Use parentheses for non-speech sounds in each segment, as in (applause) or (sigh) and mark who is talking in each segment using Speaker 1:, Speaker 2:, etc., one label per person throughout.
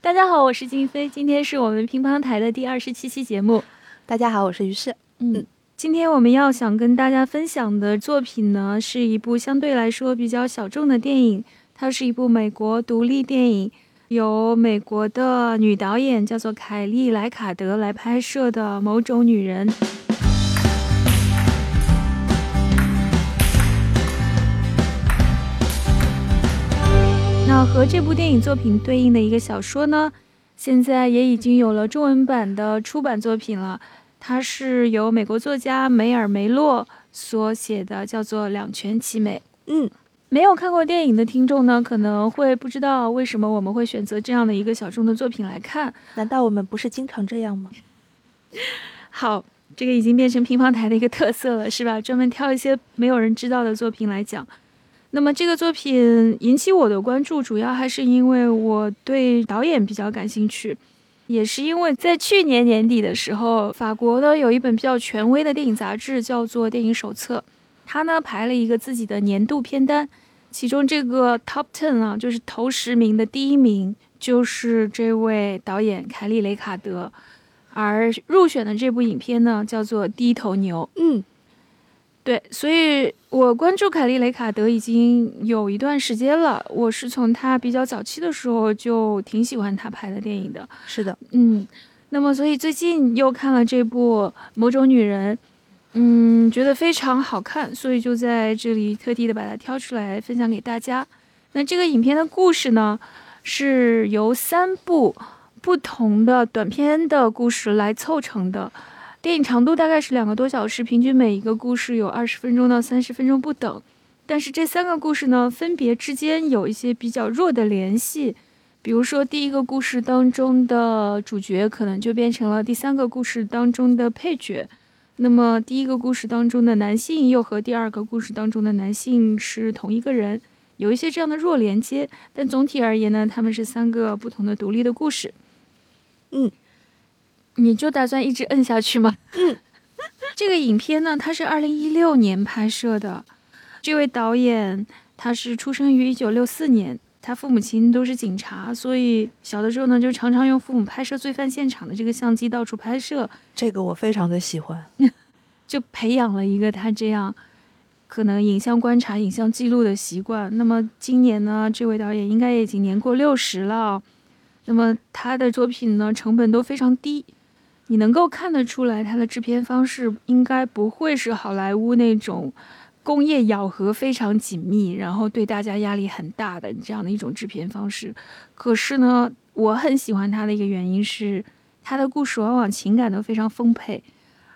Speaker 1: 大家好，我是静飞，今天是我们乒乓台的第二十七期节目。
Speaker 2: 大家好，我是于适。
Speaker 1: 嗯，今天我们要想跟大家分享的作品呢，是一部相对来说比较小众的电影，它是一部美国独立电影，由美国的女导演叫做凯莉·莱卡德来拍摄的《某种女人》。那和这部电影作品对应的一个小说呢，现在也已经有了中文版的出版作品了。它是由美国作家梅尔梅洛所写的，叫做《两全其美》。
Speaker 2: 嗯，
Speaker 1: 没有看过电影的听众呢，可能会不知道为什么我们会选择这样的一个小众的作品来看。
Speaker 2: 难道我们不是经常这样吗？
Speaker 1: 好，这个已经变成乒乓台的一个特色了，是吧？专门挑一些没有人知道的作品来讲。那么这个作品引起我的关注，主要还是因为我对导演比较感兴趣。也是因为在去年年底的时候，法国呢有一本比较权威的电影杂志，叫做《电影手册》，它呢排了一个自己的年度片单，其中这个 Top Ten 啊，就是头十名的第一名就是这位导演凯利·雷卡德，而入选的这部影片呢叫做《低头牛》。
Speaker 2: 嗯，
Speaker 1: 对，所以我关注凯利·雷卡德已经有一段时间了，我是从他比较早期的时候就挺喜欢他拍的电影的。
Speaker 2: 是的，
Speaker 1: 嗯，那么所以最近又看了这部《某种女人》，嗯，觉得非常好看，所以就在这里特地的把它挑出来分享给大家。那这个影片的故事呢，是由三部不同的短片的故事来凑成的。电影长度大概是两个多小时，平均每一个故事有二十分钟到三十分钟不等。但是这三个故事呢，分别之间有一些比较弱的联系，比如说，第一个故事当中的主角可能就变成了第三个故事当中的配角，那么第一个故事当中的男性又和第二个故事当中的男性是同一个人，有一些这样的弱连接。但总体而言呢，他们是三个不同的独立的故事。
Speaker 2: 嗯，
Speaker 1: 你就打算一直摁下去吗？嗯， (laughs) 这个影片呢，它是二零一六年拍摄的，这位导演他是出生于一九六四年，他父母亲都是警察，所以小的时候呢，就常常用父母拍摄罪犯现场的这个相机到处拍摄，
Speaker 2: 这个我非常的喜欢。
Speaker 1: 就培养了一个他这样可能影像观察、影像记录的习惯。那么今年呢，这位导演应该也已经年过六十了哦，那么他的作品呢，成本都非常低。你能够看得出来，他的制片方式应该不会是好莱坞那种工业咬合非常紧密，然后对大家压力很大的这样的一种制片方式。可是呢，我很喜欢他的一个原因是，他的故事往往情感都非常丰沛，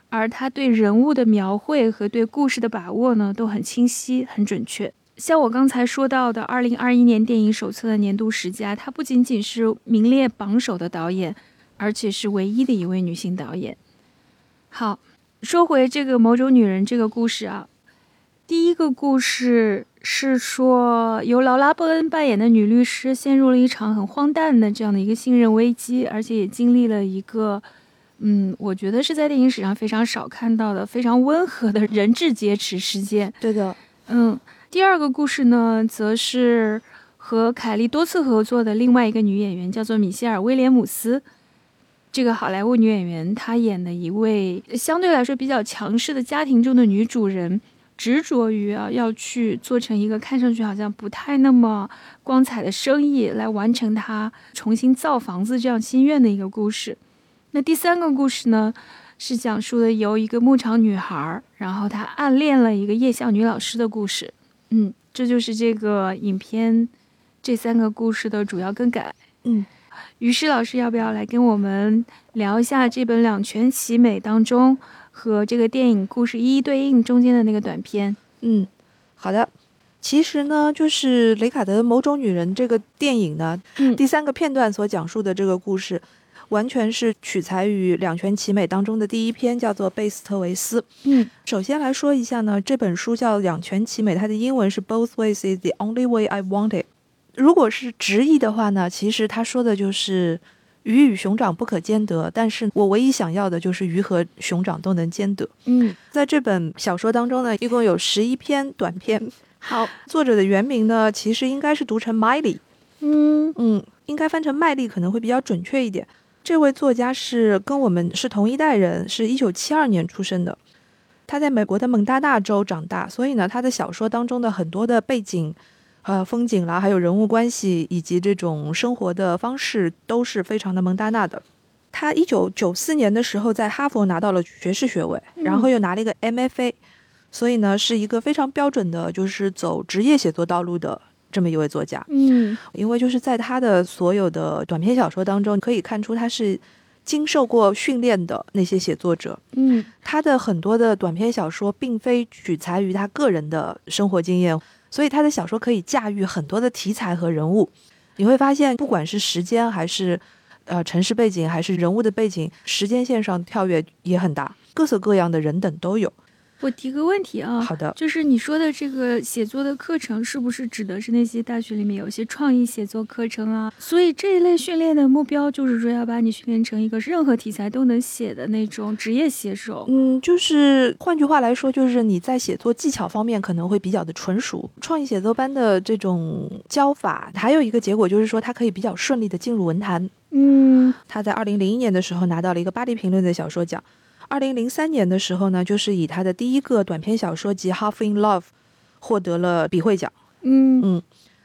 Speaker 1: 而他对人物的描绘和对故事的把握呢，都很清晰、很准确。像我刚才说到的，二零二一年电影手册的年度十佳，她不仅仅是名列榜首的导演，而且是唯一的一位女性导演。好，说回这个《某种女人》这个故事啊，第一个故事是说，由劳拉·贝恩扮演的女律师陷入了一场很荒诞的这样的一个信任危机，而且也经历了一个，嗯，我觉得是在电影史上非常少看到的非常温和的人质劫持事件。
Speaker 2: 对的，
Speaker 1: 嗯，第二个故事呢，则是和凯莉多次合作的另外一个女演员，叫做米歇尔·威廉姆斯。这个好莱坞女演员，她演的一位相对来说比较强势的家庭中的女主人，执着于啊要去做成一个看上去好像不太那么光彩的生意，来完成她重新造房子这样心愿的一个故事。那第三个故事呢，是讲述的由一个牧场女孩儿，然后她暗恋了一个夜校女老师的故事。嗯，这就是这个影片这三个故事的主要更改。
Speaker 2: 嗯，
Speaker 1: 于是老师要不要来跟我们聊一下这本《两全其美》当中和这个电影故事一一对应中间的那个短片？
Speaker 2: 嗯，好的。其实呢，就是雷卡德的《某种女人》这个电影呢，
Speaker 1: 嗯
Speaker 2: 第三个片段所讲述的这个故事，完全是取材于《两全其美》当中的第一篇，叫做《贝斯特维斯》。
Speaker 1: 嗯
Speaker 2: 首先来说一下呢，这本书叫《两全其美》，它的英文是 Both ways is the only way I want it。如果是直译的话呢，其实它说的就是鱼与熊掌不可兼得，但是我唯一想要的就是鱼和熊掌都能兼得。
Speaker 1: 嗯，
Speaker 2: 在这本小说当中呢，一共有十一篇短篇，
Speaker 1: 好，
Speaker 2: 作者的原名呢，其实应该是读成 Miley。
Speaker 1: 嗯
Speaker 2: 嗯，应该翻成麦粒可能会比较准确一点。这位作家是跟我们是同一代人，是一九七二年出生的。他在美国的蒙大拿州长大，所以呢，他的小说当中的很多的背景、呃风景啦，还有人物关系以及这种生活的方式，都是非常的蒙大拿的。他一九九四年的时候在哈佛拿到了学士学位，
Speaker 1: 嗯
Speaker 2: 然后又拿了一个 MFA，、所以呢，是一个非常标准的，就是走职业写作道路的这么一位作家。
Speaker 1: 嗯
Speaker 2: 因为就是在他的所有的短篇小说当中，可以看出他是经受过训练的那些写作者。
Speaker 1: 嗯
Speaker 2: 他的很多的短篇小说并非取材于他个人的生活经验，所以他的小说可以驾驭很多的题材和人物。你会发现，不管是时间还是呃城市背景，还是人物的背景，时间线上跳跃也很大，各色各样的人等都有。
Speaker 1: 我提个问题啊，
Speaker 2: 好的，
Speaker 1: 就是你说的这个写作的课程，是不是指的是那些大学里面有一些创意写作课程啊？所以这一类训练的目标就是说要把你训练成一个任何题材都能写的那种职业写手。
Speaker 2: 嗯，就是换句话来说，就是你在写作技巧方面可能会比较的纯熟。创意写作班的这种教法，还有一个结果就是说，它可以比较顺利的进入文坛。
Speaker 1: 嗯
Speaker 2: 他在二零零一年的时候拿到了一个巴黎评论的小说奖。二零零三年的时候呢，就是以他的第一个短篇小说集《Half in Love》获得了笔会奖。
Speaker 1: 嗯
Speaker 2: 嗯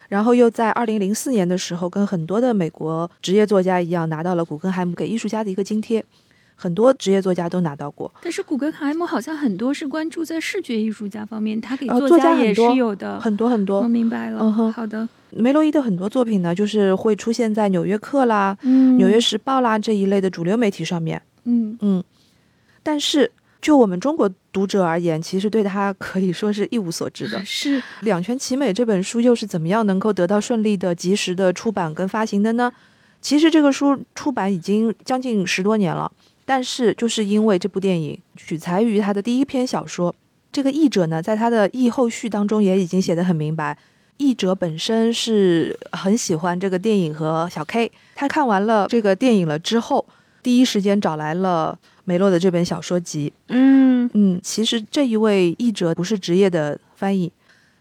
Speaker 2: 然后又在二零零四年的时候，跟很多的美国职业作家一样，拿到了古根海姆给艺术家的一个津贴。很多职业作家都拿到过。
Speaker 1: 但是古根海姆好像很多是关注在视觉艺术家方面，他给
Speaker 2: 呃作家
Speaker 1: 家
Speaker 2: 很
Speaker 1: 也是
Speaker 2: 多
Speaker 1: 有的。
Speaker 2: 很多很多，
Speaker 1: 我明白了，
Speaker 2: 嗯哼
Speaker 1: 好的，
Speaker 2: 梅洛伊的很多作品呢，就是会出现在《纽约客》啦、
Speaker 1: 嗯
Speaker 2: 《纽约，时报》啦这一类的主流媒体上面。
Speaker 1: 嗯
Speaker 2: 但是就我们中国读者而言，其实对他可以说是一无所知的。
Speaker 1: 是，
Speaker 2: 《两全其美》这本书又是怎么样能够得到顺利的、及时的出版跟发行的呢？其实这个书出版已经将近十多年了，但是就是因为这部电影取材于他的第一篇小说，这个译者呢，在他的译后续当中也已经写得很明白。译者本身是很喜欢这个电影和小 K，他看完了这个电影了之后，第一时间找来了梅洛的这本小说集，
Speaker 1: 嗯
Speaker 2: 嗯，其实这一位译者不是职业的翻译，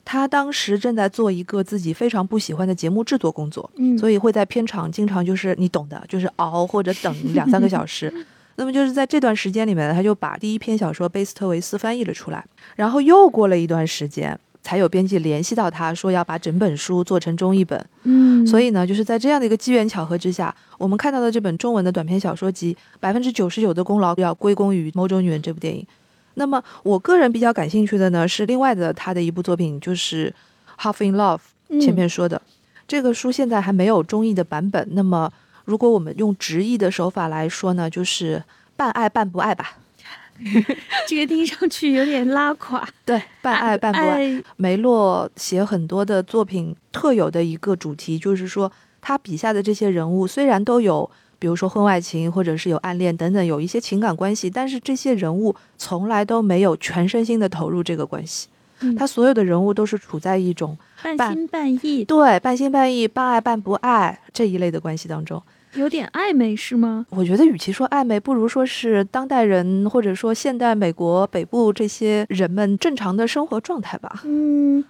Speaker 2: 他当时正在做一个自己非常不喜欢的节目制作工作，
Speaker 1: 嗯，
Speaker 2: 所
Speaker 1: 以
Speaker 2: 以会在片场经常就是你懂的，就是熬或者等两三个小时。那么就是在这段时间里面，他就把第一篇小说《贝斯特维斯》翻译了出来，然后又过了一段时间。才有编辑联系到他说要把整本书做成中译本，
Speaker 1: 嗯，
Speaker 2: 所以呢，就是在这样的一个机缘巧合之下，我们看到的这本中文的短篇小说集，百分之九十九的功劳要归功于《某种女人》这部电影。那么，我个人比较感兴趣的呢，是另外的他的一部作品，就是《Half in Love》。前
Speaker 1: 嗯
Speaker 2: 面说的、这个书现在还没有中译的版本。那么，如果我们用直译的手法来说呢，就是半爱半不爱吧。
Speaker 1: 嗯这个听上去有点拉垮，哎
Speaker 2: 对，半爱半不爱。
Speaker 1: 爱，
Speaker 2: 梅洛写很多的作品特有的一个主题，就是说他笔下的这些人物虽然都有，比如说婚外情或者是有暗恋等等，有一些情感关系，但是这些人物从来都没有全身心的投入这个关系。
Speaker 1: 嗯
Speaker 2: 他所有的人物都是处在一种
Speaker 1: 半
Speaker 2: 半
Speaker 1: 心半意，
Speaker 2: 对半信半疑、半爱半不爱这一类的关系当中。
Speaker 1: 有点暧昧是吗？
Speaker 2: 我觉得，与其说暧昧，不如说是当代人或者说现代美国北部这些人们正常的生活状态吧。
Speaker 1: 嗯，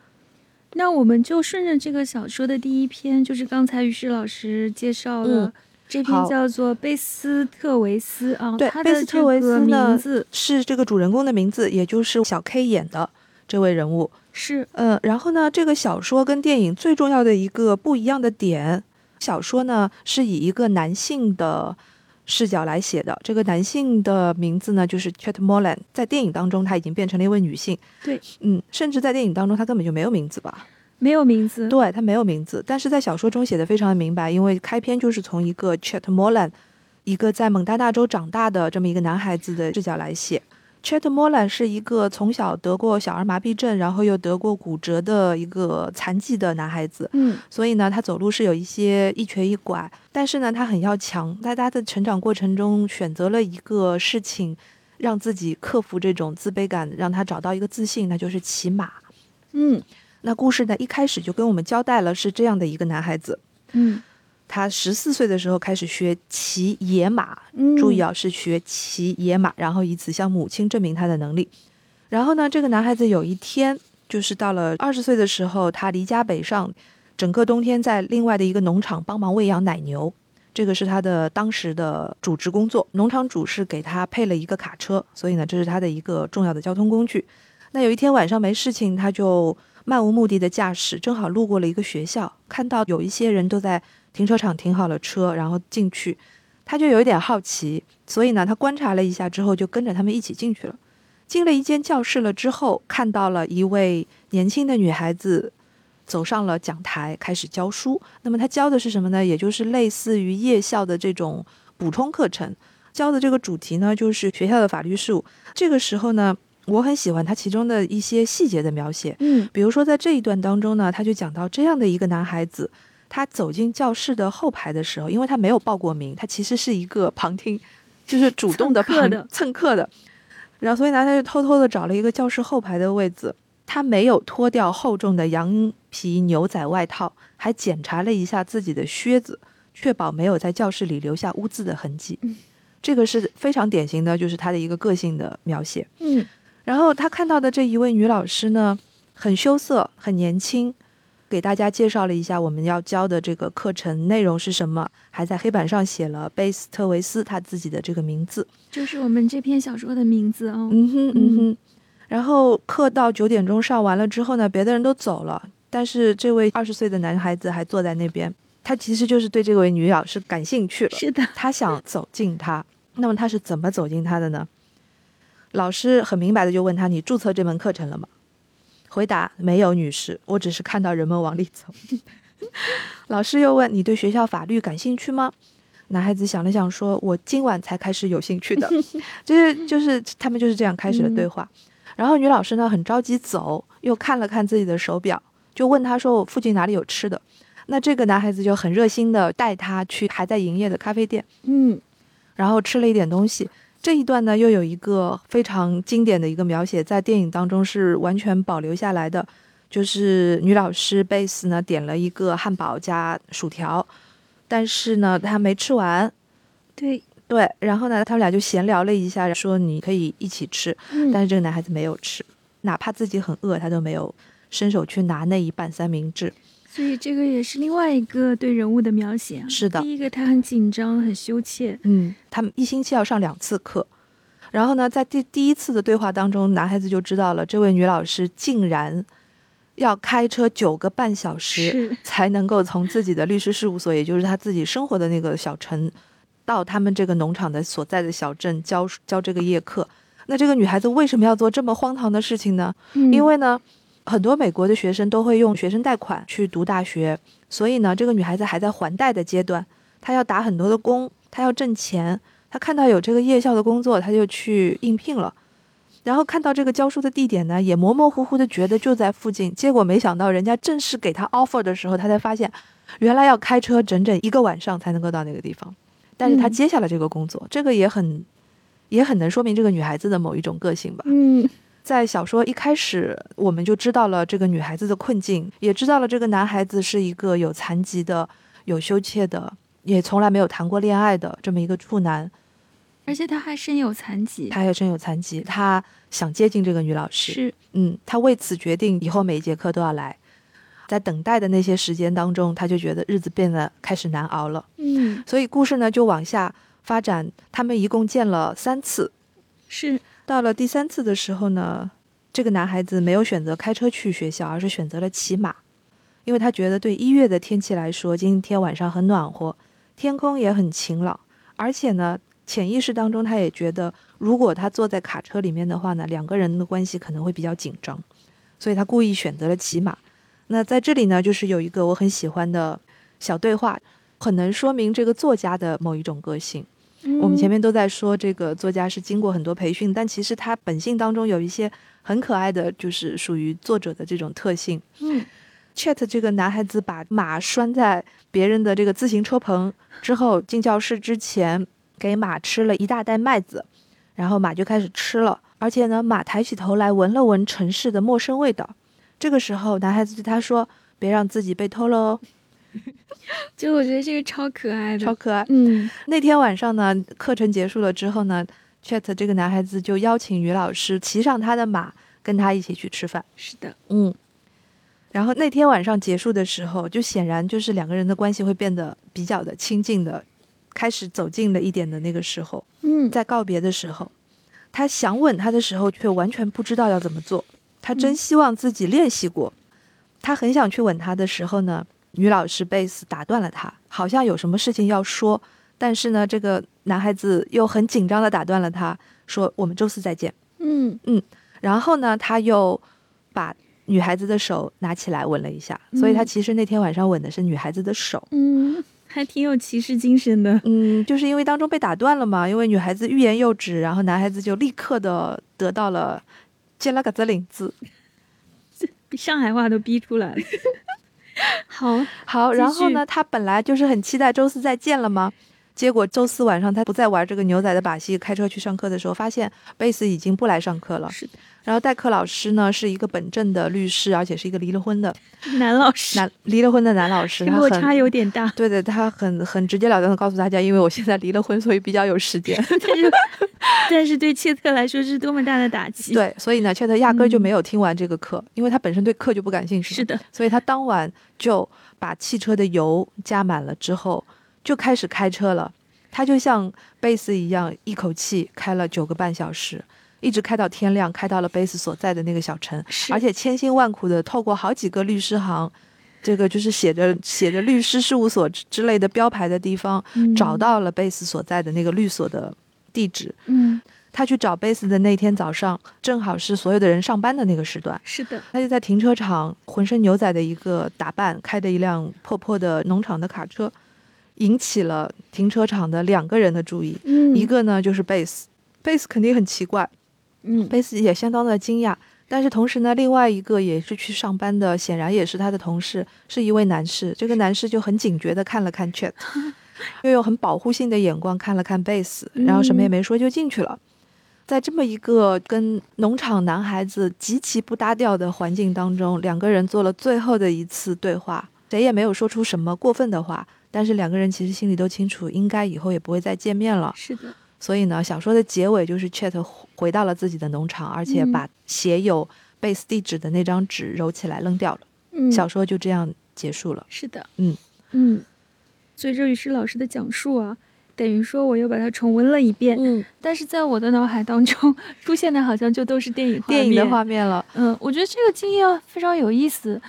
Speaker 1: 那我们就顺着这个小说的第一篇，就是刚才于适老师介绍了、
Speaker 2: 嗯
Speaker 1: 这篇
Speaker 2: 好
Speaker 1: 叫做《贝斯特维斯》啊，
Speaker 2: 对
Speaker 1: 他
Speaker 2: 贝
Speaker 1: 的
Speaker 2: 斯特
Speaker 1: 这
Speaker 2: 维
Speaker 1: 个
Speaker 2: 斯
Speaker 1: 名
Speaker 2: 呢
Speaker 1: 字
Speaker 2: 是这个主人公的名字，也就是小 K 演的这位人物。
Speaker 1: 是
Speaker 2: 嗯，然后呢，这个小说跟电影最重要的一个不一样的点，小说呢是以一个男性的视角来写的。这个男性的名字呢就是 Chet Molan，在电影当中他已经变成了一位女性。
Speaker 1: 对，
Speaker 2: 嗯，甚至在电影当中他根本就没有名字吧？
Speaker 1: 没有名字，
Speaker 2: 对，他没有名字，但是在小说中写的非常的明白，因为开篇就是从一个 Chet Molan，一个在蒙大拿州长大的这么一个男孩子的视角来写。Chet Molan 是一个从小得过小儿麻痹症，然后又得过骨折的一个残疾的男孩子，
Speaker 1: 嗯
Speaker 2: 所以呢，他走路是有一些一瘸一拐，但是呢，他很要强，在他的成长过程中选择了一个事情，让自己克服这种自卑感，让他找到一个自信，那就是骑马。
Speaker 1: 嗯
Speaker 2: 那故事呢，一开始就跟我们交代了是这样的一个男孩子，
Speaker 1: 嗯
Speaker 2: 他十四岁的时候开始学骑野马，
Speaker 1: 嗯，
Speaker 2: 注意啊，是学骑野马，然后以此向母亲证明他的能力。然后呢，这个男孩子有一天就是到了二十岁的时候，他离家北上。整个冬天在另外的一个农场帮忙喂养奶牛，这个是他的当时的主职工作。农场主是给他配了一个卡车，所以呢，这是他的一个重要的交通工具。那有一天晚上没事情，他就漫无目的的驾驶，正好路过了一个学校，看到有一些人都在停车场停好了车，然后进去，他就有一点好奇，所以呢，他观察了一下之后，就跟着他们一起进去了。进了一间教室了之后，看到了一位年轻的女孩子走上了讲台，开始教书。那么她教的是什么呢？也就是类似于夜校的这种补充课程。教的这个主题呢，就是学校的法律事务。这个时候呢，我很喜欢它其中的一些细节的描写。
Speaker 1: 嗯
Speaker 2: 比如说在这一段当中呢，他就讲到这样的一个男孩子，他走进教室的后排的时候，因为他没有报过名，他其实是一个旁听，就是主动的
Speaker 1: 蹭课
Speaker 2: 旁
Speaker 1: 的
Speaker 2: 蹭课的，然后所以呢，他就偷偷的找了一个教室后排的位子。他没有脱掉厚重的羊皮牛仔外套，还检查了一下自己的靴子，确保没有在教室里留下污渍的痕迹。
Speaker 1: 嗯
Speaker 2: 这个是非常典型的，就是他的一个个性的描写。
Speaker 1: 嗯
Speaker 2: 然后他看到的这一位女老师呢，很羞涩，很年轻，给大家介绍了一下我们要教的这个课程内容是什么，还在黑板上写了贝斯特维斯他自己的这个名字。
Speaker 1: 就是我们这篇小说的名字哦。
Speaker 2: 嗯哼，嗯哼。然后课到九点钟上完了之后呢，别的人都走了，但是这位二十岁的男孩子还坐在那边，他其实就是对这位女老师感兴趣了。
Speaker 1: 是的，
Speaker 2: 他想走近他。那么他是怎么走近他的呢？老师很明白的就问他：“你注册这门课程了吗？”回答：“没有，女士，我只是看到人们往里走。” (laughs) 老师又问：“你对学校法律感兴趣吗？”男孩子想了想说：“我今晚才开始有兴趣的。”就是就是他们就是这样开始了对话。然后女老师呢很着急走，又看了看自己的手表，就问他说：“我附近哪里有吃的？”那这个男孩子就很热心的带他去还在营业的咖啡店。
Speaker 1: 嗯
Speaker 2: 然后吃了一点东西。这一段呢，又有一个非常经典的一个描写，在电影当中是完全保留下来的，就是女老师贝斯呢点了一个汉堡加薯条，但是呢她没吃完，
Speaker 1: 对，
Speaker 2: 对，然后呢他们俩就闲聊了一下，说你可以一起吃，
Speaker 1: 嗯
Speaker 2: 但是这个男孩子没有吃，哪怕自己很饿，他都没有伸手去拿那一半三明治。
Speaker 1: 所以这个也是另外一个对人物的描写啊。
Speaker 2: 是的，
Speaker 1: 第一个他很紧张，很羞怯。
Speaker 2: 嗯，他们一星期要上两次课。然后呢，在第第一次的对话当中，男孩子就知道了，这位女老师竟然要开车九个半小时
Speaker 1: 是，
Speaker 2: 才能够从自己的律师事务所，也就是他自己生活的那个小城，到他们这个农场的所在的小镇教教这个夜课。那这个女孩子为什么要做这么荒唐的事情呢？
Speaker 1: 嗯
Speaker 2: 因为呢，很多美国的学生都会用学生贷款去读大学，所以呢，这个女孩子还在还贷的阶段，她要打很多的工，她要挣钱，她看到有这个夜校的工作，她就去应聘了。然后看到这个教书的地点呢，也模模糊糊的觉得就在附近，结果没想到人家正式给她 offer 的时候，她才发现，原来要开车整整一个晚上才能够到那个地方。但是她
Speaker 1: 嗯
Speaker 2: 接下了这个工作，这个也很，也很能说明这个女孩子的某一种个性吧。
Speaker 1: 嗯
Speaker 2: 在小说一开始，我们就知道了这个女孩子的困境，也知道了这个男孩子是一个有残疾的、有羞怯的，也从来没有谈过恋爱的这么一个处男。
Speaker 1: 而且他还身有残疾。
Speaker 2: 他也真有残疾，他想接近这个女老师，
Speaker 1: 是，
Speaker 2: 嗯，他为此决定以后每一节课都要来。在等待的那些时间当中，他就觉得日子变得开始难熬了。
Speaker 1: 嗯，
Speaker 2: 所以故事呢就往下发展，他们一共见了三次，
Speaker 1: 是，
Speaker 2: 到了第三次的时候呢，这个男孩子没有选择开车去学校，而是选择了骑马，因为他觉得对一月的天气来说，今天晚上很暖和，天空也很晴朗，而且呢，潜意识当中他也觉得，如果他坐在卡车里面的话呢，两个人的关系可能会比较紧张，所以他故意选择了骑马。那在这里呢，就是有一个我很喜欢的小对话，很能说明这个作家的某一种个性。
Speaker 1: 嗯
Speaker 2: 我们前面都在说这个作家是经过很多培训，但其实他本性当中有一些很可爱的，就是属于作者的这种特性。
Speaker 1: 嗯，
Speaker 2: Chat 这个男孩子把马拴在别人的这个自行车棚之后，进教室之前给马吃了一大袋麦子，然后马就开始吃了，而且呢，马抬起头来闻了闻城市的陌生味道。这个时候，男孩子对他说：“别让自己被偷了哦，
Speaker 1: 就我觉得这个超可爱的，
Speaker 2: 超可爱。”
Speaker 1: 嗯
Speaker 2: 那天晚上呢，课程结束了之后呢，Chat 这个男孩子就邀请于老师骑上他的马，跟他一起去吃饭。
Speaker 1: 是的，
Speaker 2: 嗯，然后那天晚上结束的时候，就显然就是两个人的关系会变得比较的亲近的，开始走近了一点的那个时候，
Speaker 1: 嗯，
Speaker 2: 在告别的时候，他想吻她的时候，却完全不知道要怎么做。他真希望自己练习过。他很想去吻她的时候呢，女老师贝斯打断了他，好像有什么事情要说，但是呢，这个男孩子又很紧张的打断了他，说：“我们周四再见。”
Speaker 1: 嗯，
Speaker 2: 然后呢，他又把女孩子的手拿起来吻了一下，所以他
Speaker 1: 嗯
Speaker 2: 其实那天晚上吻的是女孩子的手。
Speaker 1: 嗯，还挺有骑士精神的。
Speaker 2: 嗯，就是因为当中被打断了嘛，因为女孩子欲言又止，然后男孩子就立刻的得到了接了个子领子。嗯
Speaker 1: 比上海话都逼出来
Speaker 2: (laughs)
Speaker 1: 了。好，
Speaker 2: 好，
Speaker 1: 继
Speaker 2: 然后
Speaker 1: 续
Speaker 2: 呢，他本来就是很期待周四再见了嘛，结果周四晚上他不再玩这个牛仔的把戏，开车去上课的时候，发现贝斯已经不来上课了。
Speaker 1: 是的，
Speaker 2: 然后代课老师呢是一个本镇的律师，而且是一个离了婚的
Speaker 1: 男老师，
Speaker 2: 男离了婚的男老师，
Speaker 1: 这
Speaker 2: 他
Speaker 1: (laughs) 落
Speaker 2: 很，
Speaker 1: 差有点大
Speaker 2: 对的，他很很直截了当的告诉大家，因为我现在离了婚，所以比较有时间。
Speaker 1: 但是 (laughs) 但是对切特来说是多么大的打击。，
Speaker 2: 对，所以呢，切特压根儿就
Speaker 1: 嗯
Speaker 2: 没有听完这个课，因为他本身对课就不感兴趣。
Speaker 1: 是，的，
Speaker 2: 所以他当晚就把汽车的油加满了之后，就开始开车了。他就像贝斯一样，一口气开了九个半小时，一直开到天亮，开到了贝斯所在的那个小城，
Speaker 1: 是
Speaker 2: 而且千辛万苦的透过好几个律师行，这个就是写着写着律师事务所之之类的标牌的地方，
Speaker 1: 嗯
Speaker 2: 找，到了贝斯所在的那个律所的地址。
Speaker 1: 嗯嗯，
Speaker 2: 他去找贝斯的那天早上，正好是所有的人上班的那个时段。
Speaker 1: 是的，
Speaker 2: 他就在停车场，浑身牛仔的一个打扮，开着一辆破破的农场的卡车，引起了停车场的两个人的注意。
Speaker 1: 嗯
Speaker 2: 一，个呢就是贝斯，贝斯肯定很奇怪，
Speaker 1: 嗯，
Speaker 2: 贝斯也相当的惊讶。但是同时呢，另外一个也是去上班的，显然也是他的同事，是一位男士。这个男士就很警觉的看了看
Speaker 1: (laughs)
Speaker 2: Chet，又用很保护性的眼光看了看贝斯，然后什么也
Speaker 1: 嗯
Speaker 2: 没说就进去了。在这么一个跟农场男孩子极其不搭调的环境当中，两个人做了最后的一次对话，谁也没有说出什么过分的话，但是两个人其实心里都清楚，应该以后也不会再见面了。
Speaker 1: 是的，
Speaker 2: 所以呢，小说的结尾就是 Chet 回到了自己的农场，而且
Speaker 1: 嗯
Speaker 2: 把写有贝斯地址的那张纸揉起来扔掉了。
Speaker 1: 嗯，
Speaker 2: 小说就这样结束了。
Speaker 1: 是的，
Speaker 2: 嗯
Speaker 1: 嗯，随着于是老师的讲述啊，等于说我又把它重温了一遍，
Speaker 2: 嗯，
Speaker 1: 但是在我的脑海当中出现的好像就都是电影画
Speaker 2: 电影的
Speaker 1: 面
Speaker 2: 画面了。
Speaker 1: 嗯，我觉得这个经验非常有意思。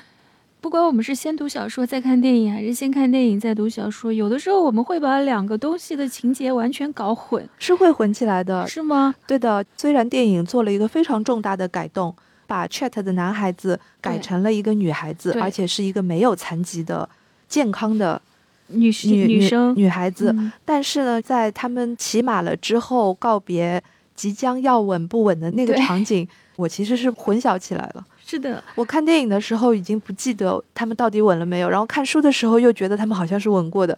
Speaker 1: 不管我们是先读小说再看电影，还是先看电影再读小说，有的时候我们会把两个东西的情节完全搞混，
Speaker 2: 是会混起来的，
Speaker 1: 是吗？
Speaker 2: 对的。虽然电影做了一个非常重大的改动，把 Chet 的男孩子改
Speaker 1: 对
Speaker 2: 成了一个女孩子，
Speaker 1: 对
Speaker 2: 而且是一个没有残疾的、健康的
Speaker 1: 女士
Speaker 2: 女
Speaker 1: 女生
Speaker 2: 女孩子，
Speaker 1: 嗯
Speaker 2: 但是呢，在他们骑马了之后告别即将要吻不吻的那个
Speaker 1: 对
Speaker 2: 场景，我其实是混淆起来了。
Speaker 1: 是的，
Speaker 2: 我看电影的时候已经不记得他们到底吻了没有，然后看书的时候又觉得他们好像是吻过的。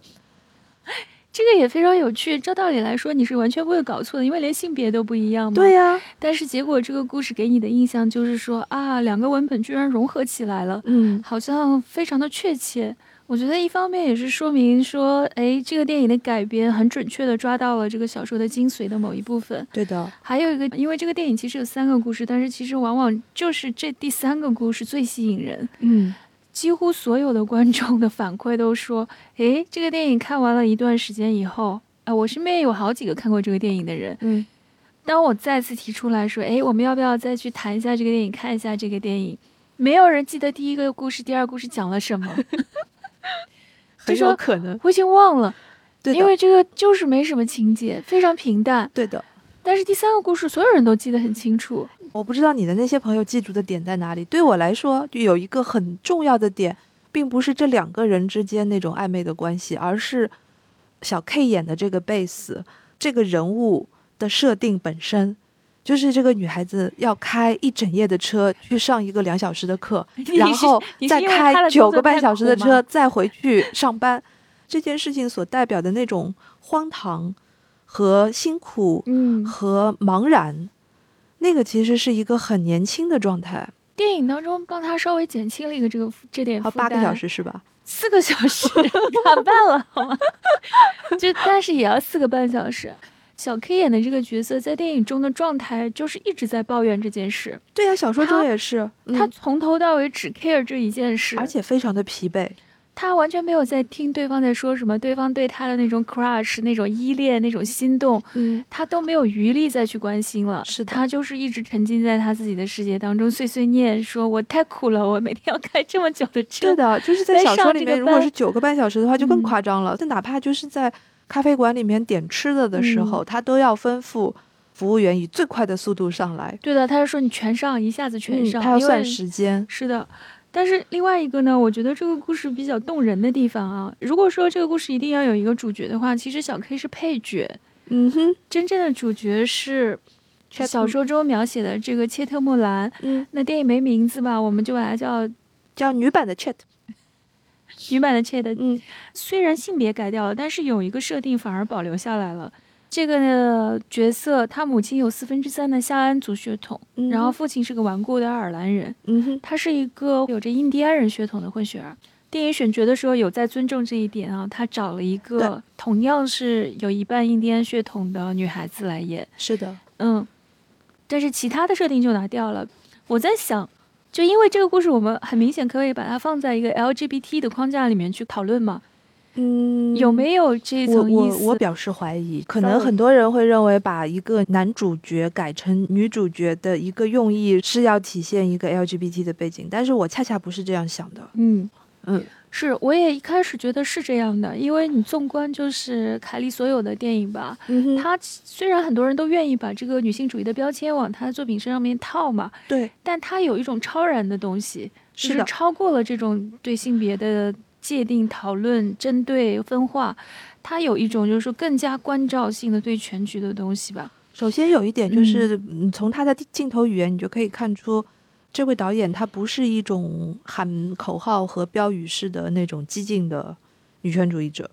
Speaker 1: 这个也非常有趣。照道理来说，你是完全不会搞错的，因为连性别都不一样嘛。
Speaker 2: 对。呀、
Speaker 1: 但是结果这个故事给你的印象就是说啊，两个文本居然融合起来了。
Speaker 2: 嗯，
Speaker 1: 好像非常的确切。我觉得一方面也是说明说，哎，这个电影的改编很准确的抓到了这个小说的精髓的某一部分。
Speaker 2: 对的，
Speaker 1: 还有一个，因为这个电影其实有三个故事，但是其实往往就是这第三个故事最吸引人。
Speaker 2: 嗯，
Speaker 1: 几乎所有的观众的反馈都说，哎，这个电影看完了一段时间以后，啊、我身边有好几个看过这个电影的人，
Speaker 2: 嗯，
Speaker 1: 当我再次提出来说，哎，我们要不要再去谈一下这个电影，看一下这个电影？没有人记得第一个故事、第二故事讲了什么，
Speaker 2: 很
Speaker 1: 就
Speaker 2: 有
Speaker 1: 说
Speaker 2: 可能，
Speaker 1: 我已经忘了，
Speaker 2: 对的，
Speaker 1: 因为这个就是没什么情节，非常平淡。
Speaker 2: 对的。
Speaker 1: 但是第三个故事，所有人都记得很清楚。
Speaker 2: 我不知道你的那些朋友记住的点在哪里。对我来说，就有一个很重要的点，并不是这两个人之间那种暧昧的关系，而是小 K 演的这个贝斯这个人物的设定本身。就是这个女孩子要开一整夜的车去上一个两小时的课，然后
Speaker 1: (laughs) 你是
Speaker 2: 再
Speaker 1: 因为他
Speaker 2: 开
Speaker 1: 的
Speaker 2: 九
Speaker 1: 工
Speaker 2: 个
Speaker 1: 作
Speaker 2: 半
Speaker 1: 太
Speaker 2: 小时的
Speaker 1: 苦
Speaker 2: 车
Speaker 1: 吗
Speaker 2: 再回去上班，这件事情所代表的那种荒唐和辛苦
Speaker 1: 嗯，
Speaker 2: 和茫然，那个其实是一个很年轻的状态，
Speaker 1: 电影当中帮他稍微减轻了一个这个负这点
Speaker 2: 好
Speaker 1: 负
Speaker 2: 八
Speaker 1: 担，
Speaker 2: 个小，时是吧？
Speaker 1: 四 (laughs) 个小时，砍半了好吗？就但是也要四个半小时。小 K 演的这个角色在电影中的状态就是一直在抱怨这件事，
Speaker 2: 对呀、小说中也是，
Speaker 1: 他
Speaker 2: 嗯、
Speaker 1: 从头到尾只 care 这一件事，
Speaker 2: 而且非常的疲惫。
Speaker 1: 他完全没有在听对方在说什么，对方对他的那种 crush、那种依恋、那种心动，
Speaker 2: 嗯，
Speaker 1: 他都没有余力再去关心了。
Speaker 2: 是的
Speaker 1: 他就是一直沉浸在他自己的世界当中，碎碎念说：“我太苦了，我每天要开这么久的车。”
Speaker 2: 对的，就是在
Speaker 1: 在
Speaker 2: 小说
Speaker 1: 上
Speaker 2: 里
Speaker 1: 这
Speaker 2: 面，
Speaker 1: 个
Speaker 2: 如果
Speaker 1: 班
Speaker 2: 是九个半小时的话，就更
Speaker 1: 嗯
Speaker 2: 夸张了。就哪怕就是在咖啡馆里面点吃的的时候，他都要吩咐服务员以最快的速度上来，
Speaker 1: 对的，他就说你全上，一下子全
Speaker 2: 嗯
Speaker 1: 上，
Speaker 2: 他要
Speaker 1: 因
Speaker 2: 算
Speaker 1: 为
Speaker 2: 时间。
Speaker 1: 是的，但是另外一个呢，我觉得这个故事比较动人的地方啊，如果说这个故事一定要有一个主角的话，其实小 K 是配角，
Speaker 2: 嗯哼，
Speaker 1: 真正的主角是
Speaker 2: 切特
Speaker 1: 小说中描写的这个切特莫兰。
Speaker 2: 嗯，
Speaker 1: 那电影没名字吧，我们就把它叫
Speaker 2: 叫女版的 Chat。
Speaker 1: 女版的切的。
Speaker 2: 嗯，
Speaker 1: 虽然性别改掉了，但是有一个设定反而保留下来了。这个呢角色，他母亲有四分之三的夏安族血统，
Speaker 2: 嗯
Speaker 1: 然后
Speaker 2: 哼
Speaker 1: 父亲是个顽固的爱尔兰人。
Speaker 2: 嗯哼，
Speaker 1: 他是一个有着印第安人血统的混血儿。电影选角的时候有在尊重这一点啊，他找了一
Speaker 2: 对
Speaker 1: 个同样是有一半印第安血统的女孩子来演，
Speaker 2: 是的，
Speaker 1: 嗯，但是其他的设定就拿掉了。我在想，就因为这个故事，我们很明显可以把它放在一个 LGBT 的框架里面去讨论嘛，
Speaker 2: 嗯，
Speaker 1: 有没有这
Speaker 2: 我
Speaker 1: 层意
Speaker 2: 我我
Speaker 1: 思？
Speaker 2: 表示怀疑，可能
Speaker 1: Sorry
Speaker 2: 很多人会认为把一个男主角改成女主角的一个用意是要体现一个 LGBT 的背景，但是我恰恰不是这样想的。
Speaker 1: 嗯，
Speaker 2: 嗯，
Speaker 1: 是，我也一开始觉得是这样的，因为你纵观就是凯莉所有的电影吧，
Speaker 2: 嗯哼，
Speaker 1: 他虽然很多人都愿意把这个女性主义的标签往他的作品身上面套嘛，
Speaker 2: 对，
Speaker 1: 但他有一种超然的东西，就是是
Speaker 2: 的，
Speaker 1: 超过了这种对性别的界定、讨论、针对、分化，他有一种就是说更加关照性的对全局的东西吧。
Speaker 2: 首先有一点就是，嗯，从他的镜头语言，你就可以看出，这位导演他不是一种喊口号和标语式的那种激进的女权主义者。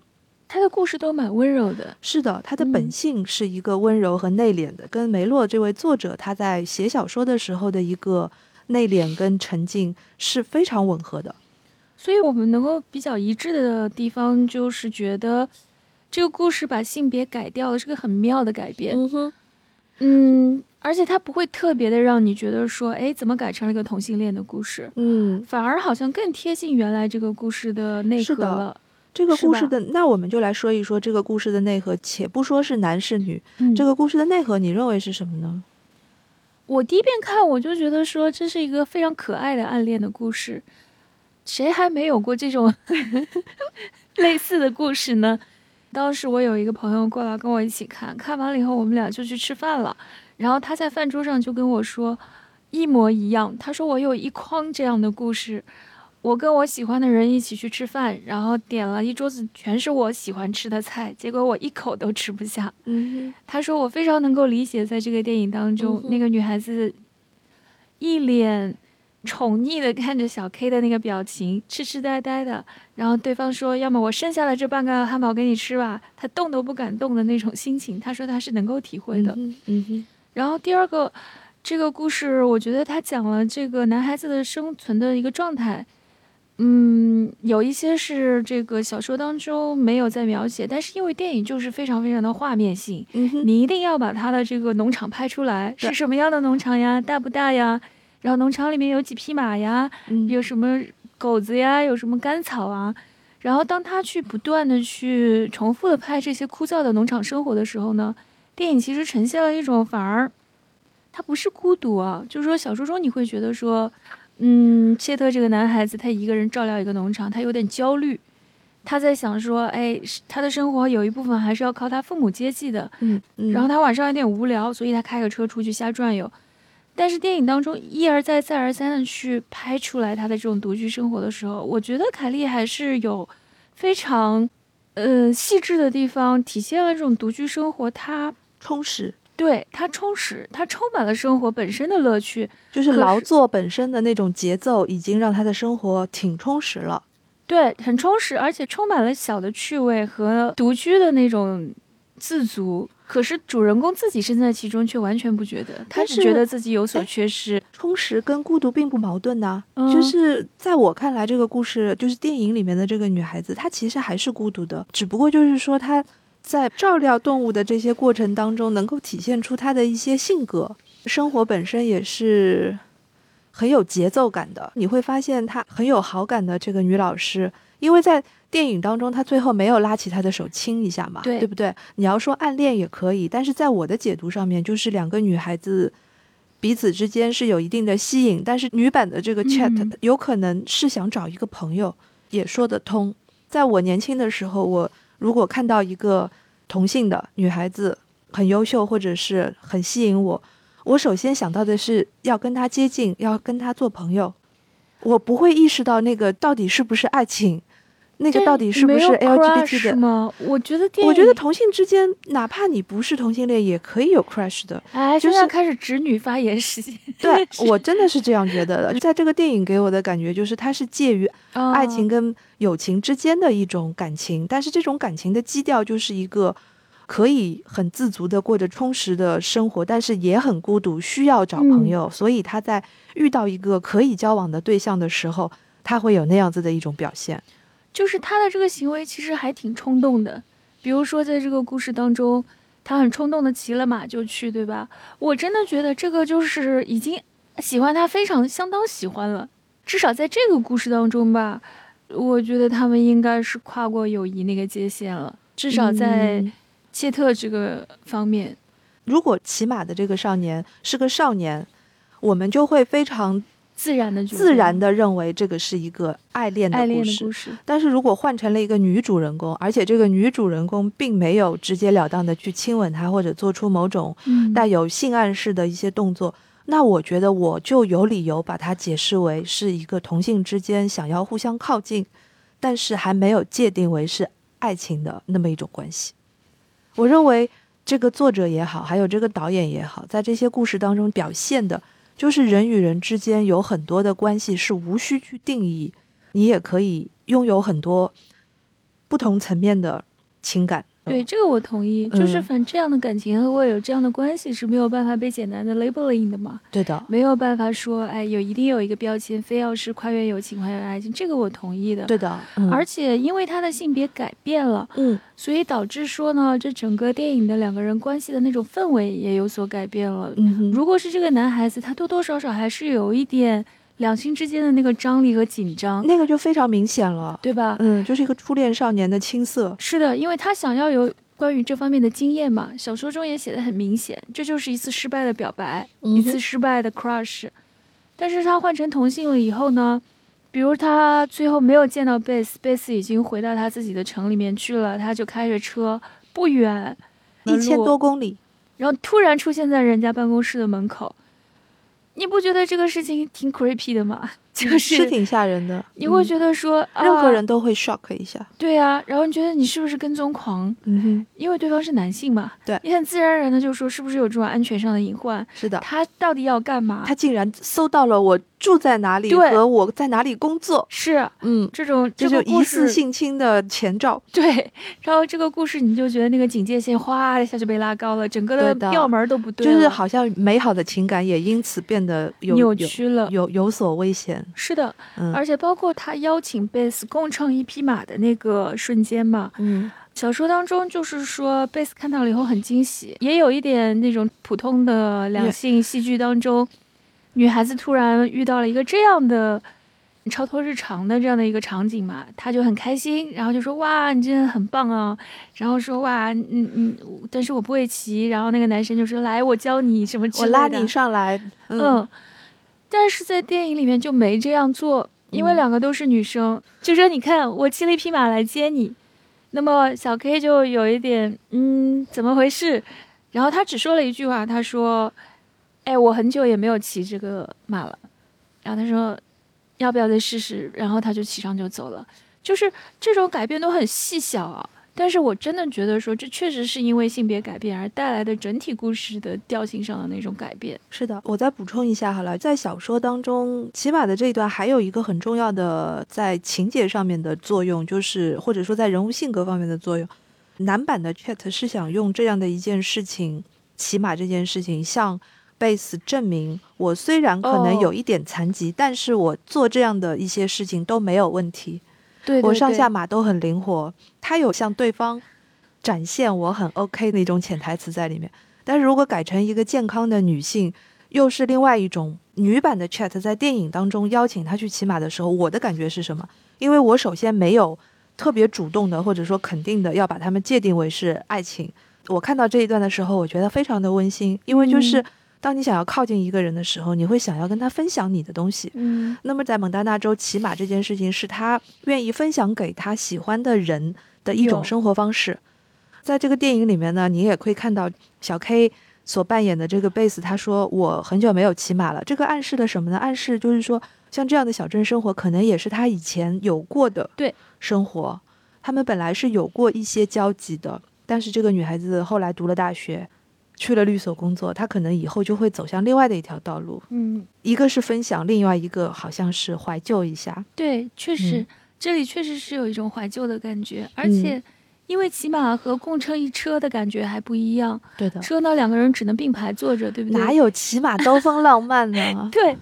Speaker 1: 他的故事都蛮温柔的，
Speaker 2: 是的，他的
Speaker 1: 嗯
Speaker 2: 本性是一个温柔和内敛的，跟梅洛这位作者他在写小说的时候的一个内敛跟沉静是非常吻合的。
Speaker 1: 所以我们能够比较一致的地方就是觉得。这个故事把性别改掉了，是个很妙的改变。
Speaker 2: 哼，
Speaker 1: 嗯，而且它不会特别的让你觉得说，哎，怎么改成了一个同性恋的故事？
Speaker 2: 嗯，
Speaker 1: 反而好像更贴近原来这个故事的内
Speaker 2: 是
Speaker 1: 核
Speaker 2: 的
Speaker 1: 了。
Speaker 2: 这个
Speaker 1: 是
Speaker 2: 故事
Speaker 1: 吧
Speaker 2: 的，那我们就来说一说这个故事的内核，且不说是男是女，
Speaker 1: 嗯
Speaker 2: 这个故事的内核你认为是什么呢？
Speaker 1: 我第一遍看，我就觉得说这是一个非常可爱的暗恋的故事，谁还没有过这种 (laughs) 类似的故事呢？当时我有一个朋友过来跟我一起看，看完了以后我们俩就去吃饭了，然后他在饭桌上就跟我说一模一样，他说我有一筐这样的故事。我跟我喜欢的人一起去吃饭，然后点了一桌子全是我喜欢吃的菜，结果我一口都吃不下。
Speaker 2: 嗯
Speaker 1: 他说我非常能够理解，在这个电影当中
Speaker 2: 嗯，哼
Speaker 1: 那个女孩子一脸宠溺的看着小 K 的那个表情，痴痴呆呆的。然后对方说，要么我剩下的这半个汉堡给你吃吧，他动都不敢动的那种心情，他说他是能够体会的。
Speaker 2: 嗯哼嗯哼，
Speaker 1: 然后第二个，这个故事我觉得他讲了这个男孩子的生存的一个状态。嗯，有一些是这个小说当中没有在描写，但是因为电影就是非常非常的画面性，
Speaker 2: 嗯哼，
Speaker 1: 你一定要把它的这个农场拍出来，
Speaker 2: 对
Speaker 1: 是什么样的农场呀？大不大呀？然后农场里面有几匹马呀？
Speaker 2: 嗯
Speaker 1: 有什么狗子呀？有什么干草啊？然后当他去不断的去重复的拍这些枯燥的农场生活的时候呢，电影其实呈现了一种反而，他不是孤独啊，就是说小说中你会觉得说，嗯，切特这个男孩子他一个人照料一个农场，他有点焦虑。他在想说，哎，是他的生活有一部分还是要靠他父母接济的，
Speaker 2: 嗯嗯，
Speaker 1: 然后他晚上有点无聊，所以他开个车出去瞎转悠。但是电影当中一而再、再而三的去拍出来他的这种独居生活的时候，我觉得凯莉还是有非常呃细致的地方，体现了这种独居生活，它
Speaker 2: 充实，
Speaker 1: 对它充实，它充满了生活本身的乐趣。
Speaker 2: 就是
Speaker 1: 可
Speaker 2: 劳
Speaker 1: 是
Speaker 2: 作本身的那种节奏，已经让他的生活挺充实了。
Speaker 1: 对，很充实，而且充满了小的趣味和独居的那种自足。可是主人公自己身在其中，却完全不觉得，他
Speaker 2: 但
Speaker 1: 只
Speaker 2: 是
Speaker 1: 觉得自己有所
Speaker 2: 哎
Speaker 1: 缺失。
Speaker 2: 充实跟孤独并不矛盾呐、
Speaker 1: 嗯
Speaker 2: 就是在我看来，这个故事就是电影里面的这个女孩子，她其实还是孤独的，只不过就是说她在照料动物的这些过程当中，能够体现出它的一些性格。生活本身也是很有节奏感的。你会发现她很有好感的这个女老师，因为在电影当中，她最后没有拉起她的手亲一下嘛，
Speaker 1: 对
Speaker 2: 不对？你要说暗恋也可以，但是在我的解读上面，就是两个女孩子彼此之间是有一定的吸引，但是女版的这个 Chat、
Speaker 1: 嗯
Speaker 2: 有可能是想找一个朋友，也说得通。在我年轻的时候，我如果看到一个同性的女孩子很优秀，或者是很吸引我，我首先想到的是要跟她接近，要跟她做朋友。我不会意识到那个到底是不是爱情，那个
Speaker 1: 但
Speaker 2: 到底是不
Speaker 1: 哎没
Speaker 2: 是
Speaker 1: 有
Speaker 2: LGBT
Speaker 1: crush
Speaker 2: 的。
Speaker 1: 吗？我觉得电影，
Speaker 2: 我觉得同性之间，哪怕你不是同性恋，也可以有 crush 的。
Speaker 1: 哎，
Speaker 2: 就
Speaker 1: 现在
Speaker 2: 是
Speaker 1: 开始直女发言时间， (laughs)
Speaker 2: 对我真的是这样觉得的。在这个电影给我的感觉就是，它是介于 (laughs) 爱情
Speaker 1: 嗯
Speaker 2: 跟友情之间的一种感情，但是这种感情的基调就是一个可以很自足的过着充实的生活，但是也很孤独，需要找
Speaker 1: 嗯
Speaker 2: 朋友，所以他在遇到一个可以交往的对象的时候，他会有那样子的一种表现。
Speaker 1: 就是他的这个行为其实还挺冲动的。比如说，在这个故事当中，他很冲动的骑了马就去，对吧？我真的觉得这个就是已经喜欢他非常相当喜欢了，至少在这个故事当中吧，我觉得他们应该是跨过友谊那个界限了，至少在
Speaker 2: 嗯
Speaker 1: 切特这个方面，
Speaker 2: 如果骑马的这个少年是个少年，我们就会非常
Speaker 1: 自然的
Speaker 2: 自然的认为这个是一个爱恋的
Speaker 1: 爱
Speaker 2: 故
Speaker 1: 恋的
Speaker 2: 事
Speaker 1: 故。事，
Speaker 2: 但是如果换成了一个女主人公，而且这个女主人公并没有直截了当的去亲吻他，或者做出某种
Speaker 1: 嗯
Speaker 2: 带有性暗示的一些动作，那我觉得我就有理由把它解释为是一个同性之间想要互相靠近，但是还没有界定为是爱情的那么一种关系。我认为这个作者也好，还有这个导演也好，在这些故事当中表现的，就是人与人之间有很多的关系是无需去定义，你也可以拥有很多不同层面的情感。
Speaker 1: 对，这个我同意，就是
Speaker 2: 嗯
Speaker 1: 反正这样的感情或者有这样的关系是没有办法被简单的 labeling 的嘛。
Speaker 2: 对的，
Speaker 1: 没有办法说，哎，有一定有一个标签，非要是跨越友情、跨越爱情，这个我同意的。
Speaker 2: 对的，嗯、
Speaker 1: 而且因为他的性别改变了，
Speaker 2: 嗯，
Speaker 1: 所以导致说呢，这整个电影的两个人关系的那种氛围也有所改变了。
Speaker 2: 嗯哼
Speaker 1: 如果是这个男孩子，他多多少少还是有一点两性之间的那个张力和紧张，
Speaker 2: 那个就非常明显了。
Speaker 1: 对吧？
Speaker 2: 嗯，就是一个初恋少年的青涩。
Speaker 1: 是的，因为他想要有关于这方面的经验嘛，小说中也写的很明显，这就是一次失败的表白，
Speaker 2: 嗯哼
Speaker 1: 一次失败的 crush。但是他换成同性了以后呢，比如他最后没有见到贝斯，贝斯已经回到他自己的城里面去了，他就开着车不远，
Speaker 2: 一千多，公里，
Speaker 1: 然后突然出现在人家办公室的门口，你不觉得这个事情挺 creepy 的吗？ (laughs) 就是是
Speaker 2: 嗯挺吓人的。
Speaker 1: 你会
Speaker 2: 嗯
Speaker 1: 觉得说，
Speaker 2: 任何
Speaker 1: 啊
Speaker 2: 人都会 shock 一下。
Speaker 1: 对啊，然后你觉得你是不是跟踪狂？
Speaker 2: 嗯哼，
Speaker 1: 因为对方是男性嘛，
Speaker 2: 对
Speaker 1: 也很自然而然的就说是不是有这种安全上的隐患？
Speaker 2: 是的，
Speaker 1: 他到底要干嘛？
Speaker 2: 他竟然搜到了我住在哪里
Speaker 1: 对
Speaker 2: 和我在哪里工作。
Speaker 1: 是
Speaker 2: 嗯，
Speaker 1: 这种
Speaker 2: 这
Speaker 1: 个
Speaker 2: 就
Speaker 1: 故
Speaker 2: 疑
Speaker 1: 事
Speaker 2: 似性侵的前兆。
Speaker 1: (laughs) 对，然后这个故事你就觉得那个警戒线哗一下就被拉高了，整个
Speaker 2: 对的
Speaker 1: 调门儿都不对
Speaker 2: 就
Speaker 1: 了，
Speaker 2: 是好像美好的情感也因此变得有
Speaker 1: 扭
Speaker 2: 有
Speaker 1: 曲了。
Speaker 2: 有有所危险。
Speaker 1: 是的，
Speaker 2: 嗯
Speaker 1: 而且包括他邀请贝斯共乘一匹马的那个瞬间嘛，
Speaker 2: 嗯，
Speaker 1: 小说当中就是说贝斯看到了以后很惊喜，也有一点那种普通的两性戏剧当中，女孩子突然遇到了一个这样的超脱日常的这样的一个场景嘛，她就很开心，然后就说哇你真的很棒啊，然后说哇嗯嗯，但是我不会骑，然后那个男生就说来我教你什么之
Speaker 2: 我
Speaker 1: 类的，
Speaker 2: 拉你上来。嗯，
Speaker 1: 嗯，但是在电影里面就没这样做，因为
Speaker 2: 嗯
Speaker 1: 两个都是女生，就说你看我骑了一匹马来接你，那么小 K 就有一点嗯怎么回事，然后他只说了一句话，他说，哎我很久也没有骑这个马了，然后他说要不要再试试，然后他就骑上就走了，就是这种改变都很细小啊。但是我真的觉得说，这确实是因为性别改变而带来的整体故事的调性上的那种改变。
Speaker 2: 是的，我再补充一下好了，在小说当中，骑马的这一段还有一个很重要的在情节上面的作用，就是或者说在人物性格方面的作用。男版的 Chat 是想用这样的一件事情，骑马这件事情，向贝斯证明，我虽然可能
Speaker 1: 哦
Speaker 2: 有一点残疾，但是我做这样的一些事情都没有问题。
Speaker 1: 对
Speaker 2: 我上
Speaker 1: 对
Speaker 2: 下马都很灵活。他有向对方展现我很 OK 的一种潜台词在里面。但是如果改成一个健康的女性，又是另外一种女版的 Chat。在电影当中邀请她去骑马的时候，我的感觉是什么？因为我首先没有特别主动的，或者说肯定的要把他们界定为是爱情。我看到这一段的时候，我觉得非常的温馨，因为就是
Speaker 1: 嗯
Speaker 2: 当你想要靠近一个人的时候，你会想要跟他分享你的东西。
Speaker 1: 嗯
Speaker 2: 那么在蒙大拿州骑马这件事情，是他愿意分享给他喜欢的人的一种
Speaker 1: 有
Speaker 2: 生活方式。在这个电影里面呢，你也可以看到小 K 所扮演的这个贝斯，他说我很久没有骑马了。这个暗示了什么呢？暗示就是说，像这样的小镇生活，可能也是他以前有过的
Speaker 1: 对
Speaker 2: 生活。他们本来是有过一些交集的，但是这个女孩子后来读了大学，去了律所工作，她可能以后就会走向另外的一条道路。
Speaker 1: 嗯，
Speaker 2: 一个是分享，另外一个好像是怀旧一下。
Speaker 1: 对，确实、
Speaker 2: 嗯
Speaker 1: 这里确实是有一种怀旧的感觉，而
Speaker 2: 嗯
Speaker 1: 且因为骑马和共乘一车的感觉还不一样，
Speaker 2: 对的
Speaker 1: 车呢两个人只能并排坐着，对不对？？
Speaker 2: 哪有骑马刀锋浪漫呢
Speaker 1: (laughs) 对，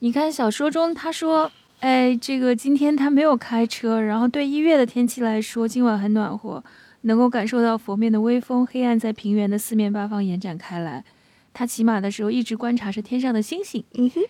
Speaker 1: 你看小说中他说，哎，这个今天他没有开车，然后对一月的天气来说，今晚很暖和，能够感受到拂面的微风，黑暗在平原的四面八方延展开来。他骑马的时候一直观察着天上的星星，
Speaker 2: 嗯哼，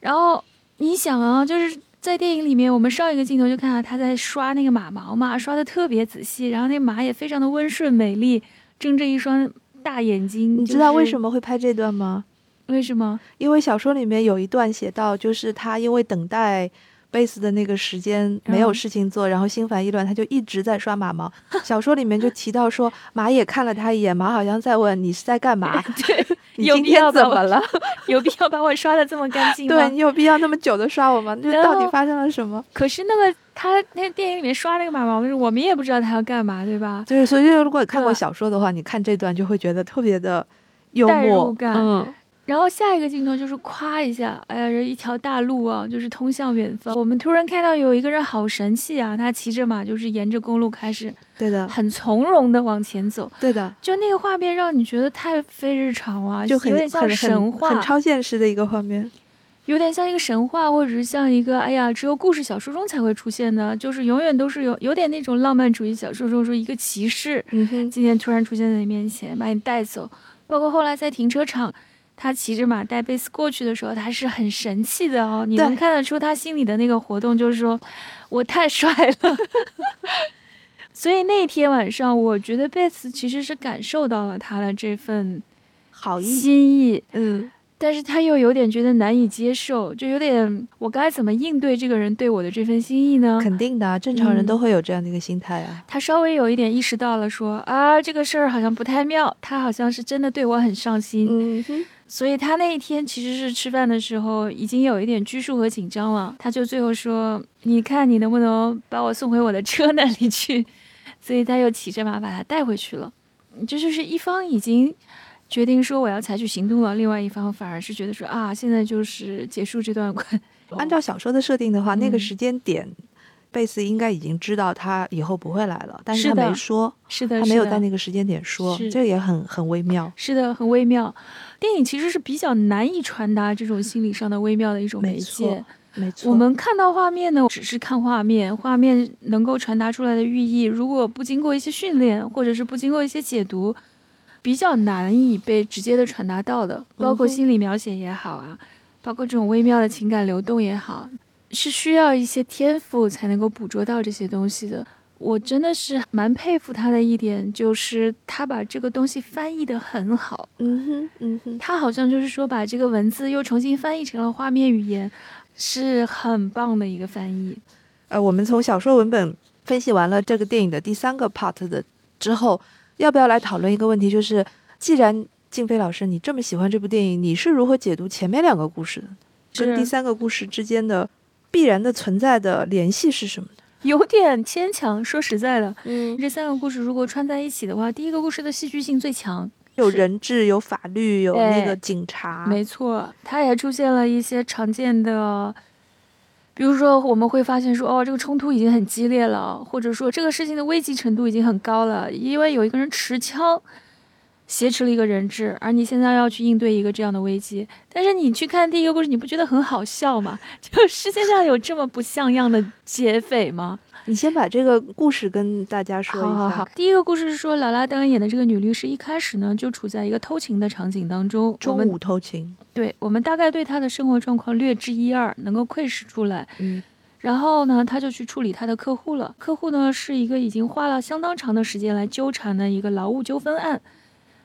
Speaker 1: 然后你想啊，就是在电影里面，我们上一个镜头就看到他在刷那个马毛嘛，刷的特别仔细，然后那马也非常的温顺美丽，睁着一双大眼睛。
Speaker 2: 你知道为什
Speaker 1: 么？
Speaker 2: 么会拍这段吗？
Speaker 1: 为什么？？
Speaker 2: 因为小说里面有一段写到，就是他因为等待贝斯的那个时间没有事情做，然后心烦意乱，他就一直在刷马毛。小说里面就提到说，马也看了他一眼，马好像在问你是在干嘛
Speaker 1: (laughs) 对，
Speaker 2: 你
Speaker 1: 有
Speaker 2: 今
Speaker 1: 必要
Speaker 2: 天
Speaker 1: 吧
Speaker 2: 怎么
Speaker 1: (laughs)
Speaker 2: 了？
Speaker 1: 有必要把我刷的这么干净吗？
Speaker 2: 对你有必要那么久的刷我
Speaker 1: (laughs)
Speaker 2: 吗？就是
Speaker 1: 然后
Speaker 2: 到底发生了什么？
Speaker 1: 可是那个他那电影里面刷那个马毛，我们也不知道他要干嘛，对吧？
Speaker 2: 对，所以如果看过
Speaker 1: 对
Speaker 2: 小说的话，你看这段就会觉得特别的幽
Speaker 1: 代入
Speaker 2: 默，
Speaker 1: 感
Speaker 2: 嗯，
Speaker 1: 然后下一个镜头就是夸一下，哎呀，这一条大路啊，就是通向远方。我们突然看到有一个人好神气啊，他骑着马就是沿着公路开始
Speaker 2: 对的，
Speaker 1: 很从容的往前走，(laughs)
Speaker 2: 对的，
Speaker 1: 就那个画面让你觉得太非日常了，
Speaker 2: 就很
Speaker 1: 有点像
Speaker 2: 很
Speaker 1: 神
Speaker 2: 很很
Speaker 1: 话，
Speaker 2: 超现实的一个画面。
Speaker 1: 有点像一个神话，或者是像一个哎呀，只有故事小说中才会出现的，就是永远都是有有点那种浪漫主义小说中说一个骑士，
Speaker 2: 嗯哼，
Speaker 1: 今天突然出现在你面前，把你带走。包括后来在停车场，他骑着马带贝斯过去的时候，他是很神气的哦，你
Speaker 2: 对
Speaker 1: 能看得出他心里的那个活动，就是说我太帅了。 (laughs) 所以那天晚上，我觉得贝斯其实是感受到了他的这份
Speaker 2: 好意，
Speaker 1: 心意，
Speaker 2: 嗯，
Speaker 1: 但是他又有点觉得难以接受，就有点我该怎么应对这个人对我的这份心意呢？
Speaker 2: 肯定的啊，正常人
Speaker 1: 嗯
Speaker 2: 都会有这样的一个心态啊。
Speaker 1: 他稍微有一点意识到了说，啊，这个事儿好像不太妙，他好像是真的对我很上心，
Speaker 2: 嗯哼，
Speaker 1: 所以他那一天其实是吃饭的时候已经有一点拘束和紧张了，他就最后说，你看你能不能把我送回我的车那里去？ (laughs) 所以他又骑着马把他带回去了。这就是一方已经决定说我要采取行动了，另外一方反而是觉得说啊，现在就是结束这段关。
Speaker 2: 按照小说的设定的话，那个
Speaker 1: 嗯
Speaker 2: 时间点，贝斯应该已经知道他以后不会来了，但是
Speaker 1: 是
Speaker 2: 他
Speaker 1: 的
Speaker 2: 没说，
Speaker 1: 是的，
Speaker 2: 他
Speaker 1: 是
Speaker 2: 没有
Speaker 1: 的
Speaker 2: 在那个时间点说，
Speaker 1: 是
Speaker 2: 这个也很很微妙。
Speaker 1: 是的，很微妙。电影其实是比较难以传达这种心理上的微妙的一种媒
Speaker 2: 没错
Speaker 1: 介。
Speaker 2: 没错，
Speaker 1: 我们看到画面呢，只是看画面，画面能够传达出来的寓意，如果不经过一些训练，或者是不经过一些解读，比较难以被直接的传达到的。包括
Speaker 2: 嗯哼
Speaker 1: 心理描写也好啊，包括这种微妙的情感流动也好，是需要一些天赋才能够捕捉到这些东西的。我真的是蛮佩服他的一点，就是他把这个东西翻译的很好。
Speaker 2: 嗯哼，嗯哼，
Speaker 1: 他好像就是说把这个文字又重新翻译成了画面语言，是很棒的一个翻译。
Speaker 2: 呃，我们从小说文本分析完了这个电影的第三个 part 的之后，要不要来讨论一个问题？就是既然静飞老师你这么喜欢这部电影，你是如何解读前面两个故事的？跟
Speaker 1: 是
Speaker 2: 第三个故事之间的必然的存在的联系是什么呢？
Speaker 1: 有点牵强，说实在的，
Speaker 2: 嗯，
Speaker 1: 这三个故事如果串在一起的话，第一个故事的戏剧性最强，
Speaker 2: 有
Speaker 1: 是
Speaker 2: 人质，有法律，有那
Speaker 1: 哎
Speaker 2: 个警察，
Speaker 1: 没错，它也出现了一些常见的，比如说我们会发现说，哦，这个冲突已经很激烈了，或者说这个事情的危机程度已经很高了，因为有一个人持枪挟持了一个人质，而你现在要去应对一个这样的危机，但是你去看第一个 (laughs) 故事，你不觉得很好笑吗？就世界上有这么不像样的劫匪吗？
Speaker 2: 你先把这个故事跟大家说一下。
Speaker 1: 好好好，第一个故事是说劳拉·登演的这个女律师一开始呢，就处在一个偷情的场景当中。我
Speaker 2: 中
Speaker 1: 们
Speaker 2: 午偷情，
Speaker 1: 对我们大概对她的生活状况略知一二，能够窥视出来。
Speaker 2: 嗯，
Speaker 1: 然后呢，她就去处理她的客户了。客户呢是一个已经花了相当长的时间来纠缠的一个劳务纠纷案，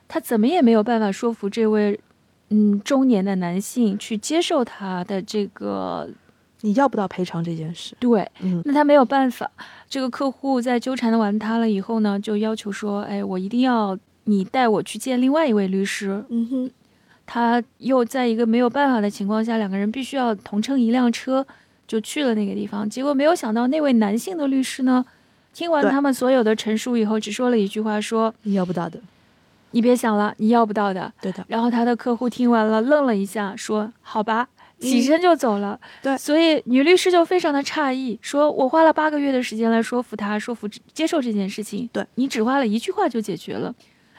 Speaker 1: 她怎么也没有办法说服这位嗯中年的男性去接受她的这个
Speaker 2: 你要不到赔偿这件事，
Speaker 1: 对，
Speaker 2: 嗯
Speaker 1: 那他没有办法。这个客户在纠缠完他了以后呢，就要求说：“哎，我一定要你带我去见另外一位律师。
Speaker 2: 嗯哼，”
Speaker 1: 他又在一个没有办法的情况下，两个人必须要同乘一辆车，就去了那个地方。结果没有想到，那位男性的律师呢，听完
Speaker 2: 对
Speaker 1: 他们所有的陈述以后，只说了一句话说
Speaker 2: 你要不到的，：“
Speaker 1: 你别想了，你要不到的。
Speaker 2: 对的”，
Speaker 1: 然后他的客户听完了，愣了一下，说：“好吧。”起身就走了，
Speaker 2: 对
Speaker 1: 所以女律师就非常的诧异，说：“我花了八个月的时间来说服他，说服接受这件事情，
Speaker 2: 对
Speaker 1: 你只花了一句话就解决了。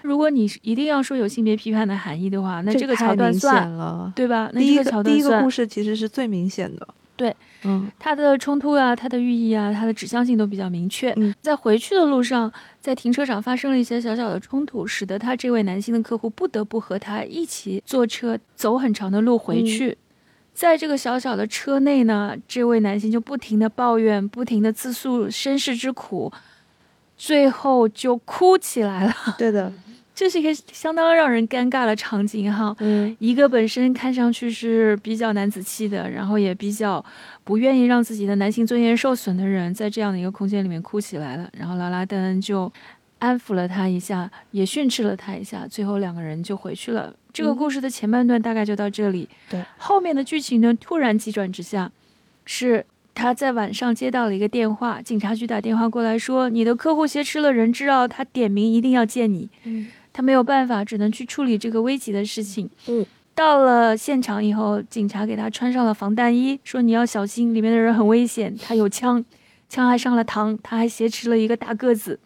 Speaker 1: 如果你是一定要说有性别批判的含义的话，那这个
Speaker 2: 太
Speaker 1: 桥段
Speaker 2: 明显
Speaker 1: 算
Speaker 2: 了。
Speaker 1: 对吧？那
Speaker 2: 第一
Speaker 1: 这个桥
Speaker 2: 第
Speaker 1: 段
Speaker 2: 一个
Speaker 1: 算
Speaker 2: 故，事其实是最明显的，
Speaker 1: 对，
Speaker 2: 嗯，
Speaker 1: 它的冲突啊，它的寓意啊，它的指向性都比较明确。
Speaker 2: 嗯
Speaker 1: 在回去的路上，在停车场发生了一些小小的冲突，使得他这位男性的客户不得不和他一起坐车走很长的路
Speaker 2: 嗯
Speaker 1: 回去。在这个小小的车内呢，这位男性就不停的抱怨，不停的自诉身世之苦，最后就哭起来了。 (laughs)
Speaker 2: 对的，
Speaker 1: 这是一个相当让人尴尬的场景哈。
Speaker 2: 嗯，
Speaker 1: 一个本身看上去是比较男子气的，然后也比较不愿意让自己的男性尊严受损的人，在这样的一个空间里面哭起来了。然后劳拉·邓恩就安抚了他一下，也训斥了他一下，最后两个人就回去了。这个
Speaker 2: 嗯
Speaker 1: 故事的前半段大概就到这里，
Speaker 2: 对，
Speaker 1: 后面的剧情呢突然急转直下，是。他在晚上接到了一个电话，警察局打电话过来说，你的客户挟持了人质哦，他点名一定要见你。
Speaker 2: 嗯，
Speaker 1: 他没有办法，只能去处理这个危急的事情。
Speaker 2: 嗯，
Speaker 1: 到了现场以后，警察给他穿上了防弹衣，说你要小心，里面的人很危险，他有枪，枪还上了膛，他还挟持了一个大个子。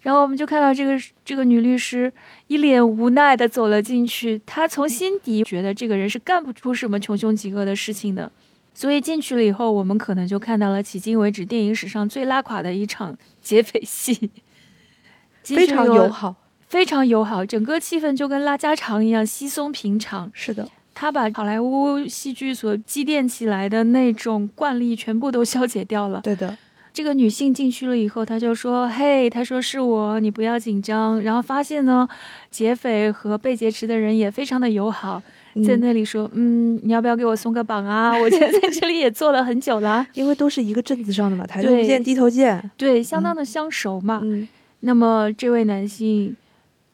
Speaker 1: 然后我们就看到这个这个女律师一脸无奈的走了进去，她从心底觉得这个人是干不出什么穷凶极恶的事情的，所以进去了以后，我们可能就看到了迄今为止电影史上最拉垮的一场劫匪戏，即使
Speaker 2: 非常
Speaker 1: 有
Speaker 2: 友好，
Speaker 1: 非常友好，整个气氛就跟拉家常一样稀松平常。
Speaker 2: 是的，
Speaker 1: 他把好莱坞戏剧所积淀起来的那种惯例全部都消解掉了。
Speaker 2: 对的，
Speaker 1: 这个女性进去了以后，她就说：“嘿，她说是我，你不要紧张。”然后发现呢，劫匪和被劫持的人也非常的友好，在
Speaker 2: 嗯，
Speaker 1: 那里说：“嗯，你要不要给我松个绑啊？我现在在这里也坐了很久
Speaker 2: (laughs)
Speaker 1: 了。
Speaker 2: 因为都是一个镇子上的嘛，抬头
Speaker 1: 对啊
Speaker 2: 不见低头见”，
Speaker 1: 对，相当的相熟嘛。
Speaker 2: 嗯，
Speaker 1: 那么这位男性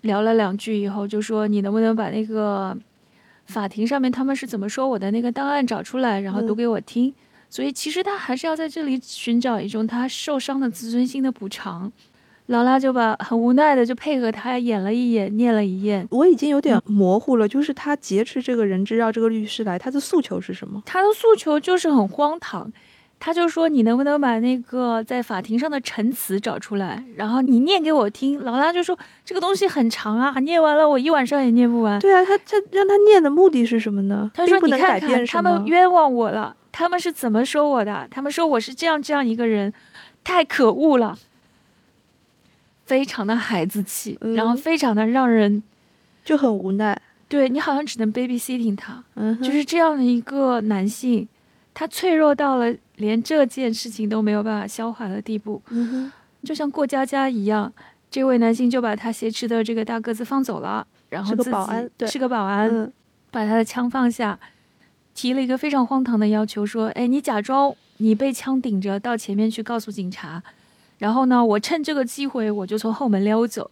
Speaker 1: 聊了两句以后，就说：“你能不能把那个法庭上面他们是怎么说我的那个档案找出来，然后读
Speaker 2: 嗯
Speaker 1: 给我听？”所以其实他还是要在这里寻找一种他受伤的自尊心的补偿。劳拉就把很无奈的就配合他演了一眼，念了一遍。
Speaker 2: 我已经有点
Speaker 1: 嗯
Speaker 2: 模糊了，就是他劫持这个人质让这个律师来，他的诉求是什么？
Speaker 1: 他的诉求就是很荒唐，他就说你能不能把那个在法庭上的陈词找出来，然后你念给我听。劳拉就说这个东西很长啊，念完了我一晚上也念不完。
Speaker 2: 对啊，他他让他念的目的是什么呢？
Speaker 1: 他说：“
Speaker 2: 并不
Speaker 1: 你
Speaker 2: 能
Speaker 1: 看
Speaker 2: 改
Speaker 1: 看，
Speaker 2: 变
Speaker 1: 他
Speaker 2: 什么。
Speaker 1: 们冤枉我了，他们是怎么说我的？他们说我是这样这样一个人，太可恶了，非常的孩子气，
Speaker 2: 嗯
Speaker 1: 然后非常的让人
Speaker 2: 就很无奈，
Speaker 1: 对你好像只能 babysitting 他，
Speaker 2: 嗯哼，
Speaker 1: 就是这样的一个男性，他脆弱到了连这件事情都没有办法消化的地步，
Speaker 2: 嗯哼，
Speaker 1: 就像过家家一样。”这位男性就把他挟持的这个大个子放走了，然后
Speaker 2: 是个
Speaker 1: 自
Speaker 2: 保
Speaker 1: 己
Speaker 2: 安对
Speaker 1: 是个保安，
Speaker 2: 嗯
Speaker 1: 把他的枪放下，提了一个非常荒唐的要求，说：“哎，你假装你被枪顶着到前面去告诉警察，然后呢，我趁这个机会我就从后门溜走。”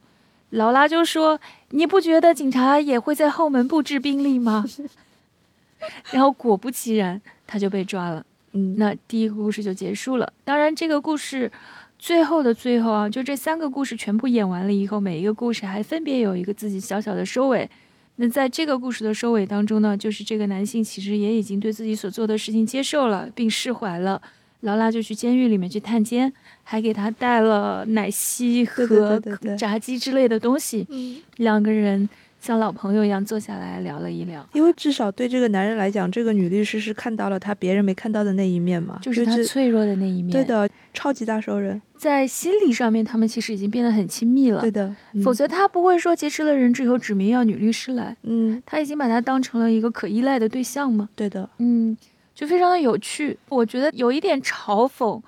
Speaker 1: 劳拉就说：“你不觉得警察也会在后门布置兵力吗？” (laughs) 然后果不其然，他就被抓了。
Speaker 2: 嗯，
Speaker 1: 那第一个故事就结束了。当然，这个故事最后的最后啊，就这三个故事全部演完了以后，每一个故事还分别有一个自己小小的收尾。那在这个故事的收尾当中呢，就是这个男性其实也已经对自己所做的事情接受了，并释怀了。劳拉就去监狱里面去探监，还给他带了奶昔
Speaker 2: 对对
Speaker 1: 和
Speaker 2: 对对对
Speaker 1: 炸鸡之类的东西。
Speaker 2: 嗯
Speaker 1: 两个人像老朋友一样坐下来聊了一聊，
Speaker 2: 因为至少对这个男人来讲，这个女律师是看到了他别人没看到的那一面嘛，
Speaker 1: 就是他脆弱的那一面。
Speaker 2: 对，的，超级大熟人，
Speaker 1: 在心理上面，他们其实已经变得很亲密了
Speaker 2: 对。的，嗯
Speaker 1: 否则他不会说劫持了人质以后指名要女律师来，
Speaker 2: 嗯，
Speaker 1: 他已经把她当成了一个可依赖的对象嘛。
Speaker 2: 对的，
Speaker 1: 嗯，就非常的有趣。我觉得有一点嘲讽，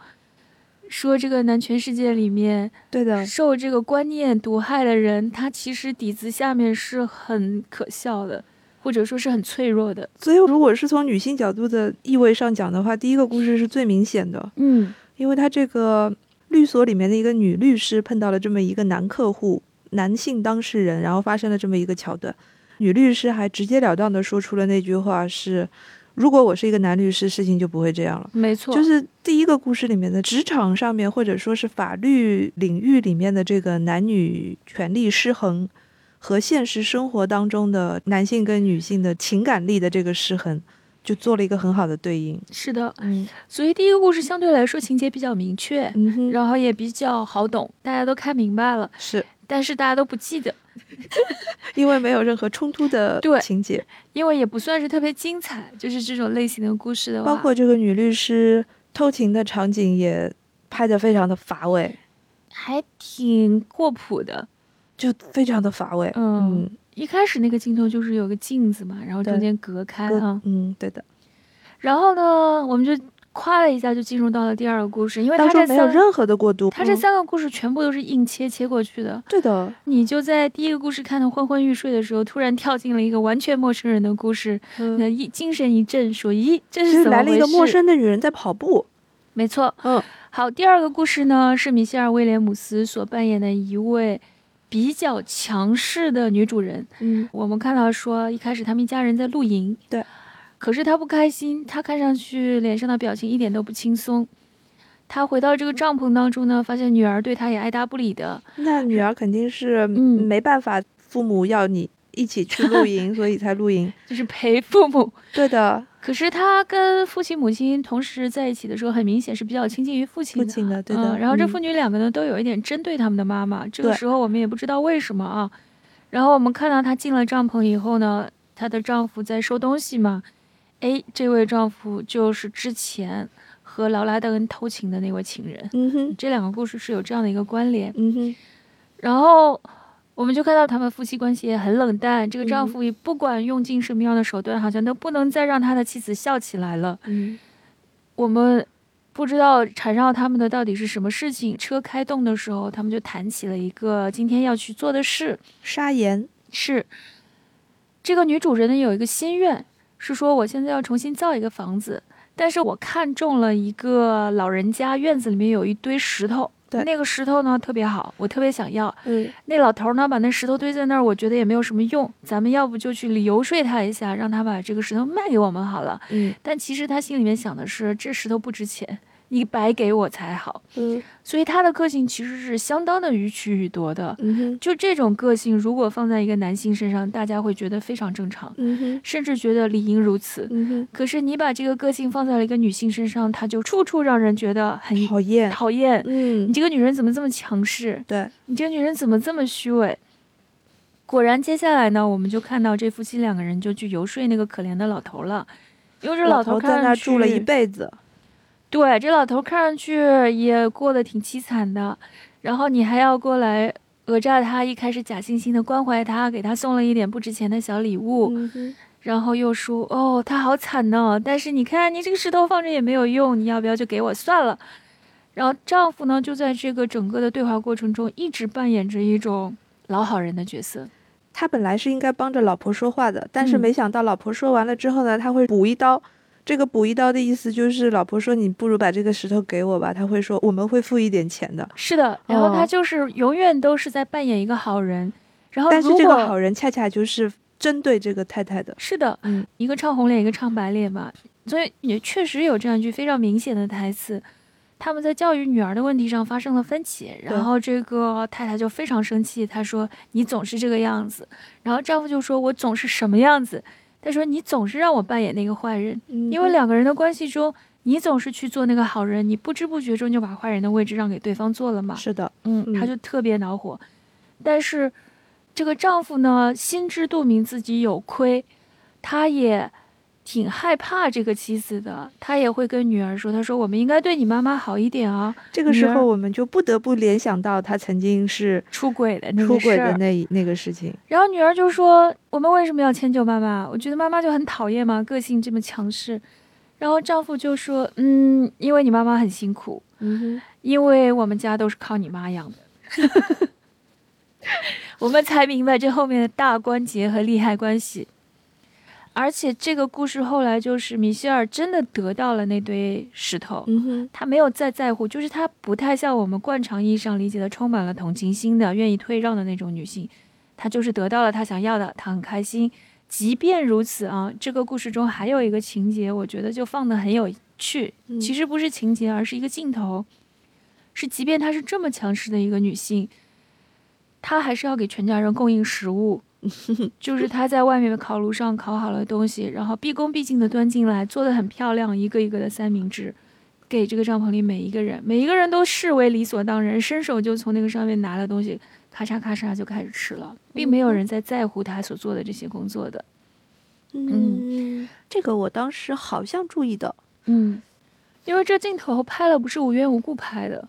Speaker 1: 说这个男权世界里面
Speaker 2: 对的，
Speaker 1: 受这个观念毒害的人，他其实底子下面是很可笑的，或者说是很脆弱的。
Speaker 2: 所以，如果是从女性角度的意味上讲的话，第一个故事是最明显的，
Speaker 1: 嗯
Speaker 2: 因为她这个律所里面的一个女律师碰到了这么一个男客户，男性当事人，然后发生了这么一个桥段。女律师还直截了当的说出了那句话是：“如果我是一个男律师，事情就不会这样了。”
Speaker 1: 没错，
Speaker 2: 就是第一个故事里面的职场上面，或者说是法律领域里面的这个男女权利失衡，和现实生活当中的男性跟女性的情感力的这个失衡，就做了一个很好的对应。
Speaker 1: 是的。
Speaker 2: 嗯
Speaker 1: 所以第一个故事相对来说情节比较明确，
Speaker 2: 嗯哼，
Speaker 1: 然后也比较好懂，大家都看明白了，
Speaker 2: 是
Speaker 1: 但是大家都不记得，
Speaker 2: 因为没有任何冲突的
Speaker 1: 对
Speaker 2: 情节，
Speaker 1: 因为也不算是特别精彩。就是这种类型的故事的话，
Speaker 2: 包括这个女律师偷情的场景也拍得非常的乏味，
Speaker 1: 还挺过谱的。
Speaker 2: 就非常的乏味。
Speaker 1: 嗯
Speaker 2: 嗯
Speaker 1: 一开始那个镜头就是有个镜子嘛，然后中
Speaker 2: 对
Speaker 1: 间隔开
Speaker 2: 跟
Speaker 1: 啊，
Speaker 2: 嗯，对的，
Speaker 1: 然后呢，我们就跨了一下，就进入到了第二个故事，因为
Speaker 2: 当
Speaker 1: 它
Speaker 2: 中
Speaker 1: 这
Speaker 2: 没有
Speaker 1: 三，
Speaker 2: 任何的过渡。
Speaker 1: 它这
Speaker 2: 嗯
Speaker 1: 三个故事全部都是硬切切过去的。
Speaker 2: 对的，
Speaker 1: 你就在第一个故事看的昏昏欲睡的时候，突然跳进了一个完全陌生人的故事，
Speaker 2: 嗯
Speaker 1: 那一精神一振，说：“咦，这
Speaker 2: 就是是
Speaker 1: 怎么
Speaker 2: 来了一
Speaker 1: 回
Speaker 2: 个陌
Speaker 1: 事
Speaker 2: 生的女人在跑步。
Speaker 1: 没错，
Speaker 2: 嗯，
Speaker 1: 好，第二个故事呢是米歇尔·威廉姆斯所扮演的一位比较强势的女主人。
Speaker 2: 嗯，
Speaker 1: 我们看到说，一开始他们一家人在露营，
Speaker 2: 对，
Speaker 1: 可是她不开心，她看上去脸上的表情一点都不轻松。她回到这个帐篷当中呢，发现女儿对她也爱答不理的，
Speaker 2: 那女儿肯定是
Speaker 1: 嗯
Speaker 2: 没办法，父母要你一起去
Speaker 1: (laughs)
Speaker 2: 露营，所以才露营。
Speaker 1: 就是陪父母。
Speaker 2: 对的，
Speaker 1: 可是她跟父亲、母亲同时在一起的时候，很明显是比较亲近于父亲
Speaker 2: 父
Speaker 1: 的。
Speaker 2: 亲的，对的。
Speaker 1: 嗯。然后这
Speaker 2: 嗯
Speaker 1: 父女两个呢，都有一点针对他们的妈妈。这个
Speaker 2: 对
Speaker 1: 时候我们也不知道为什么啊。然后我们看到她进了帐篷以后呢，她的丈夫在收东西嘛。哎，这位丈夫就是之前和劳拉·邓恩偷情的那位情人。
Speaker 2: 嗯哼，
Speaker 1: 这两个故事是有这样的一个关联。
Speaker 2: 嗯哼，
Speaker 1: 然后我们就看到他们夫妻关系也很冷淡。这个丈
Speaker 2: 嗯
Speaker 1: 夫也不管用尽什么样的手段，好像都不能再让他的妻子笑起来了。
Speaker 2: 嗯，
Speaker 1: 我们不知道缠绕他们的到底是什么事情。车开动的时候，他们就谈起了一个今天要去做的事，
Speaker 2: 砂岩，
Speaker 1: 是这个女主人呢有一个心愿，是说我现在要重新造一个房子，但是我看中了一个老人家院子里面有一堆石头。
Speaker 2: 对
Speaker 1: 那个石头呢特别好，我特别想要。
Speaker 2: 嗯，
Speaker 1: 那老头呢把那石头堆在那儿，我觉得也没有什么用。咱们要不就去游说他一下，让他把这个石头卖给我们好了。
Speaker 2: 嗯，
Speaker 1: 但其实他心里面想的是，这石头不值钱，你白给我才好。
Speaker 2: 嗯，
Speaker 1: 所以他的个性其实是相当的予取予夺的。
Speaker 2: 嗯哼，
Speaker 1: 就这种个性，如果放在一个男性身上，大家会觉得非常正常，
Speaker 2: 嗯哼，
Speaker 1: 甚至觉得理应如此。
Speaker 2: 嗯哼，
Speaker 1: 可是你把这个个性放在了一个女性身上，她就处处让人觉得很
Speaker 2: 讨厌，
Speaker 1: 嗯讨厌。你
Speaker 2: 嗯，
Speaker 1: 这个女人怎么这么强势？
Speaker 2: 对，
Speaker 1: 你这个女人怎么这么虚伪？果然，接下来呢，我们就看到这夫妻两个人就去游说那个可怜的老头了，因为这
Speaker 2: 老
Speaker 1: 头
Speaker 2: 头
Speaker 1: 看
Speaker 2: 在那儿
Speaker 1: 上
Speaker 2: 住了一
Speaker 1: 去
Speaker 2: 辈子，
Speaker 1: 对，这老头看上去也过得挺凄惨的，然后你还要过来讹诈他，一开始假惺惺的关怀他，给他送了一点不值钱的小礼物，
Speaker 2: 嗯哼，
Speaker 1: 然后又说哦他好惨呢，但是你看你这个石头放着也没有用，你要不要就给我算了？然后丈夫呢就在这个整个的对话过程中一直扮演着一种老好人的角色，
Speaker 2: 他本来是应该帮着老婆说话的，但是
Speaker 1: 嗯
Speaker 2: 没想到老婆说完了之后呢，他会补一刀。这个补一刀的意思就是，老婆说你不如把这个石头给我吧，他会说我们会付一点钱的。
Speaker 1: 是的，然后他
Speaker 2: 哦
Speaker 1: 就是永远都是在扮演一个好人，然后
Speaker 2: 但是
Speaker 1: 如
Speaker 2: 这
Speaker 1: 果
Speaker 2: 个好人恰恰就是针对这个太太的。
Speaker 1: 是的，
Speaker 2: 嗯，
Speaker 1: 一个唱红脸，一个唱白脸嘛。所以也确实有这样一句非常明显的台词，他们在教育女儿的问题上发生了分歧，然后这个太太就非常生气，她说：“你总是这个样子。”然后丈夫就说：“我总是什么样子？”她说：“你总是让我扮演那个坏人，
Speaker 2: 嗯
Speaker 1: 因为两个人的关系中，你总是去做那个好人，你不知不觉中就把坏人的位置让给对方做了嘛。”
Speaker 2: 是的，
Speaker 1: 嗯，
Speaker 2: 嗯
Speaker 1: 他就特别恼火。但是这个丈夫呢，心知肚明自己有亏，他也挺害怕这个妻子的，他也会跟女儿说：“他说我们应该对你妈妈好一点啊。
Speaker 2: 这个
Speaker 1: 女
Speaker 2: 时
Speaker 1: 儿
Speaker 2: 候我们就不得不联想到他曾经是”
Speaker 1: 出轨的那
Speaker 2: 出
Speaker 1: 个事
Speaker 2: 轨的
Speaker 1: 儿，
Speaker 2: 那一那个事情。
Speaker 1: 然后女儿就说：“我们为什么要迁就妈妈？我觉得妈妈就很讨厌嘛，个性这么强势。”然后丈夫就说：“嗯，因为你妈妈很辛苦，
Speaker 2: 嗯
Speaker 1: 因为我们家都是靠你妈养的。”我们才明白这后面的大关节和利害关系。而且这个故事后来就是米歇尔真的得到了那堆石头，
Speaker 2: 嗯哼，
Speaker 1: 他没有再在乎，就是他不太像我们惯常意义上理解的充满了同情心的、愿意退让的那种女性。她就是得到了她想要的，她很开心。即便如此啊，这个故事中还有一个情节，我觉得就放的很有趣。
Speaker 2: 嗯
Speaker 1: 其实不是情节，而是一个镜头，是即便她是这么强势的一个女性，她还是要给全家人供应食物。就是她在外面的烤炉上烤好了东西，然后毕恭毕敬的端进来，做的很漂亮，一个一个的三明治。给这个帐篷里每一个人，每一个人都视为理所当然，伸手就从那个上面拿了东西，咔嚓咔嚓就开始吃了，并没有人在在乎他所做的这些工作的。
Speaker 2: 嗯，这个我当时好像注意到，
Speaker 1: 嗯，因为这镜头拍了不是无缘无故拍的，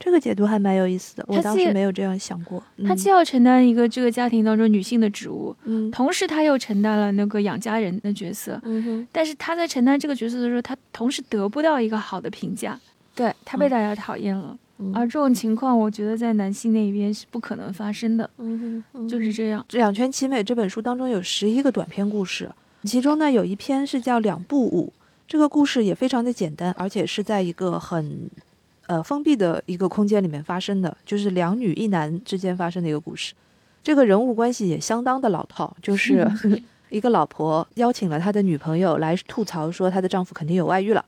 Speaker 2: 这个解读还蛮有意思的，我
Speaker 1: 他
Speaker 2: 当
Speaker 1: 既
Speaker 2: 时没有这样想过。
Speaker 1: 他既要承担一个这个家庭当中女性的职务，
Speaker 2: 嗯嗯
Speaker 1: 同时他又承担了那个养家人的角色。
Speaker 2: 嗯哼，
Speaker 1: 但是他在承担这个角色的时候，他同时得不到一个好的评价，对他被大家讨厌了。
Speaker 2: 嗯
Speaker 1: 而这种情况，我觉得在男性那一边是不可能发生的，
Speaker 2: 嗯哼，
Speaker 1: 就是这样。
Speaker 2: 《两全其美》这本书当中有十一个短篇故事，其中呢有一篇是叫《两步舞》，这个故事也非常的简单，而且是在一个很呃封闭的一个空间里面发生的，就是两女一男之间发生的一个故事。这个人物关系也相当的老套，就是 (laughs)
Speaker 1: 嗯
Speaker 2: 啊一个老婆邀请了她的女朋友来吐槽说她的丈夫肯定有外遇了，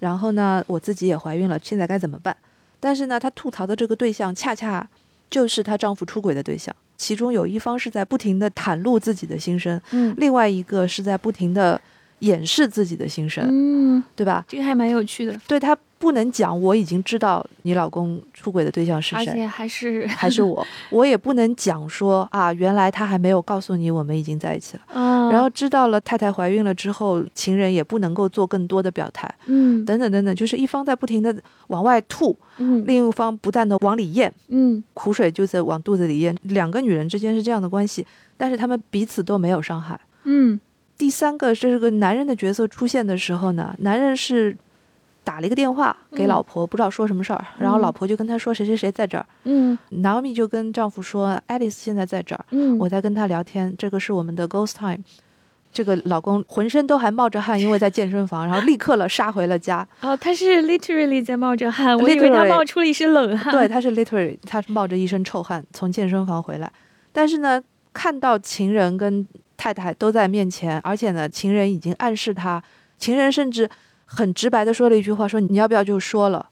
Speaker 2: 然后呢我自己也怀孕了，现在该怎么办？但是呢，她吐槽的这个对象恰恰就是她丈夫出轨的对象，其中有一方是在不停的袒露自己的心声，
Speaker 1: 嗯
Speaker 2: 另外一个是在不停的掩饰自己的心声，
Speaker 1: 嗯，
Speaker 2: 对吧？
Speaker 1: 这个还蛮有趣的，
Speaker 2: 对她不能讲我已经知道你老公出轨的对象是
Speaker 1: 而
Speaker 2: 谁，
Speaker 1: 且还是
Speaker 2: 还是我，我也不能讲说啊，原来他还没有告诉你我们已经在一起了。
Speaker 1: (laughs) 嗯，
Speaker 2: 然后知道了太太怀孕了之后，情人也不能够做更多的表态，
Speaker 1: 嗯
Speaker 2: 等等等等，就是一方在不停的往外吐，
Speaker 1: 嗯
Speaker 2: 另一方不断的往里咽，
Speaker 1: 嗯
Speaker 2: 苦水就在往肚子里咽。两个女人之间是这样的关系，但是她们彼此都没有伤害。
Speaker 1: 嗯
Speaker 2: 第三个，这是个男人的角色出现的时候呢，男人是打了一个电话给
Speaker 1: 嗯
Speaker 2: 老婆，不知道说什么事儿，然后
Speaker 1: 嗯
Speaker 2: 老婆就跟他说谁谁谁在这儿。
Speaker 1: 嗯
Speaker 2: Naomi 就跟丈夫说，Alice 现在在这儿，
Speaker 1: 嗯，
Speaker 2: 我在跟她聊天，这个是我们的 ghost time。这个老公浑身都还冒着汗，因为在健身房，然后立刻了杀回
Speaker 1: (laughs)
Speaker 2: 了家。
Speaker 1: 哦，他是 literally 在冒着汗，我以为他
Speaker 2: Literally
Speaker 1: 冒出了一身冷汗，
Speaker 2: 对，他是 literally，他是冒着一身臭汗从健身房回来，但是呢，看到情人跟太太都在面前，而且呢，情人已经暗示他，情人甚至很直白的说了一句话，说你要不要就说了，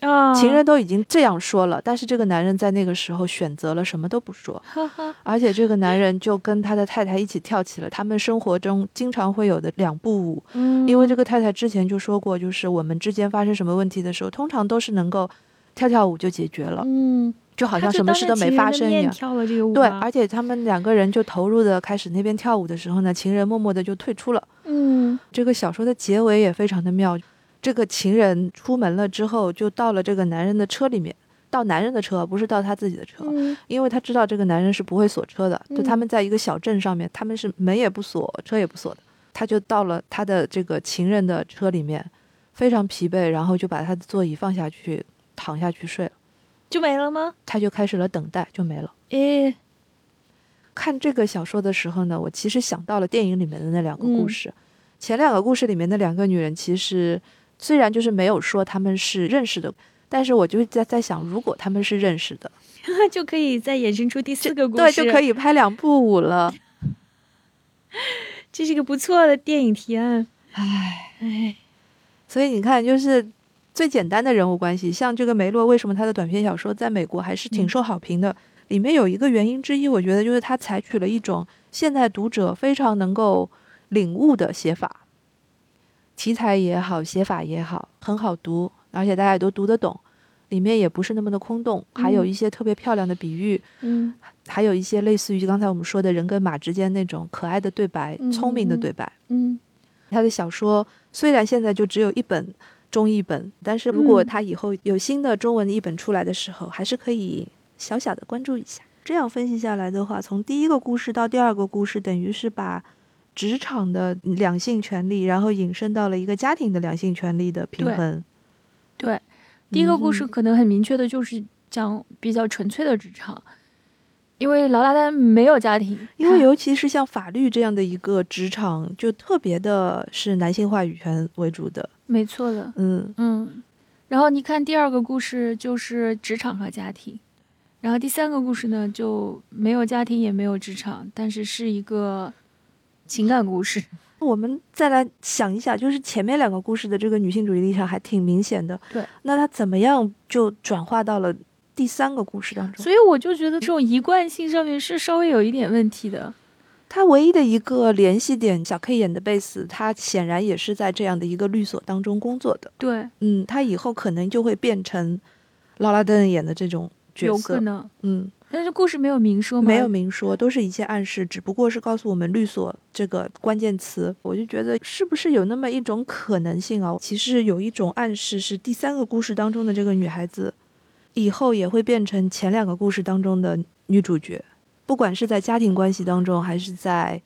Speaker 1: 啊，
Speaker 2: 情人，都已经这样说了，但是这个男人在那个时候选择了什么都不说，
Speaker 1: 哈哈，
Speaker 2: 而且这个男人就跟他的太太一起跳起了他们生活中经常会有的两步舞，
Speaker 1: 嗯，
Speaker 2: 因为这个太太之前就说过，就是我们之间发生什么问题的时候，通常都是能够跳跳舞就解决了。
Speaker 1: 嗯，
Speaker 2: 就好
Speaker 1: 好
Speaker 2: 像什么事都没发生一样。
Speaker 1: 跳了这个舞啊
Speaker 2: 对，
Speaker 1: 吧，
Speaker 2: 而且他们两个人就投入的开始那边跳舞的时候呢，情人默默的就退出了。
Speaker 1: 嗯
Speaker 2: 这个小说的结尾也非常的妙，这个情人出门了之后，就到了这个男人的车里面，到男人的车，不是到他自己的车，
Speaker 1: 嗯
Speaker 2: 因为他知道这个男人是不会锁车的。就
Speaker 1: 嗯
Speaker 2: 他们在一个小镇上面，他们是门也不锁，车也不锁的。他就到了他的这个情人的车里面，非常疲惫，然后就把他的座椅放下去，躺下去睡了。
Speaker 1: 就没了吗？
Speaker 2: 他就开始了等待，就没了。
Speaker 1: 诶，
Speaker 2: 看这个小说的时候呢，我其实想到了电影里面的那两个
Speaker 1: 嗯
Speaker 2: 故事。前两个故事里面的两个女人，其实虽然就是没有说她们是认识的，但是我就在在想，如果她们是认识的，
Speaker 1: 就可以再衍生出第四个故
Speaker 2: 对，
Speaker 1: 事，
Speaker 2: 就可，以拍两部舞了。
Speaker 1: 这是个不错的电影提案，
Speaker 2: 唉，
Speaker 1: 哎，
Speaker 2: 所以你看，就是最简单的人物关系，像这个梅洛，为什么他的短篇小说在美国还是挺
Speaker 1: 嗯
Speaker 2: 受好评的？里面有一个原因之一，我觉得就是他采取了一种现代读者非常能够领悟的写法，题材也好，写法也好，很好读，而且大家也都读得懂。里面也不是那么的空洞，还有
Speaker 1: 嗯
Speaker 2: 一些特别漂亮的比喻，
Speaker 1: 嗯
Speaker 2: 还有一些类似于刚才我们说的人跟马之间那种可爱的对白、
Speaker 1: 嗯
Speaker 2: 聪明的
Speaker 1: 嗯
Speaker 2: 对白。
Speaker 1: 嗯
Speaker 2: 他的小说虽然现在就只有一本中译本，但是如果
Speaker 1: 嗯
Speaker 2: 他以后有新的中文译本出来的时候，还是可以小小的关注一下。这样分析下来的话，从第一个故事到第二个故事，等于是把职场的两性权利，然后引申到了一个家庭的两性权利的平
Speaker 1: 对
Speaker 2: 衡。
Speaker 1: 对，第一个故事
Speaker 2: 嗯
Speaker 1: 可能很明确的就是讲比较纯粹的职场，因为劳拉丹没有家庭，
Speaker 2: 因为
Speaker 1: 他
Speaker 2: 尤其是像法律这样的一个职场，就特别的是男性话语权为主的。
Speaker 1: 没错的，
Speaker 2: 嗯，
Speaker 1: 嗯。然后你看第二个故事就是职场和家庭，然后第三个故事呢就没有家庭也没有职场，但是是一个情感故事。
Speaker 2: 我们再来想一下，就是前面两个故事的这个女性主义立场还挺明显的。
Speaker 1: 对，
Speaker 2: 那她怎么样就转化到了第三个故事当中？
Speaker 1: 所以我就觉得这种一贯性上面是稍微有一点问题的。
Speaker 2: 她唯一的一个联系点，小 K 演的贝斯，她显然也是在这样的一个律所当中工作的。
Speaker 1: 对，
Speaker 2: 嗯，她以后可能就会变成劳拉登演的这种角
Speaker 1: 有
Speaker 2: 色。
Speaker 1: 可能，
Speaker 2: 嗯，
Speaker 1: 但是故事没有明说嘛，
Speaker 2: 没有明说，都是一些暗示，只不过是告诉我们“律所”这个关键词。我就觉得是不是有那么一种可能性啊？其实有一种暗示是第三个故事当中的这个女孩子，以后也会变成前两个故事当中的女主角，不管是在家庭关系当中，还是在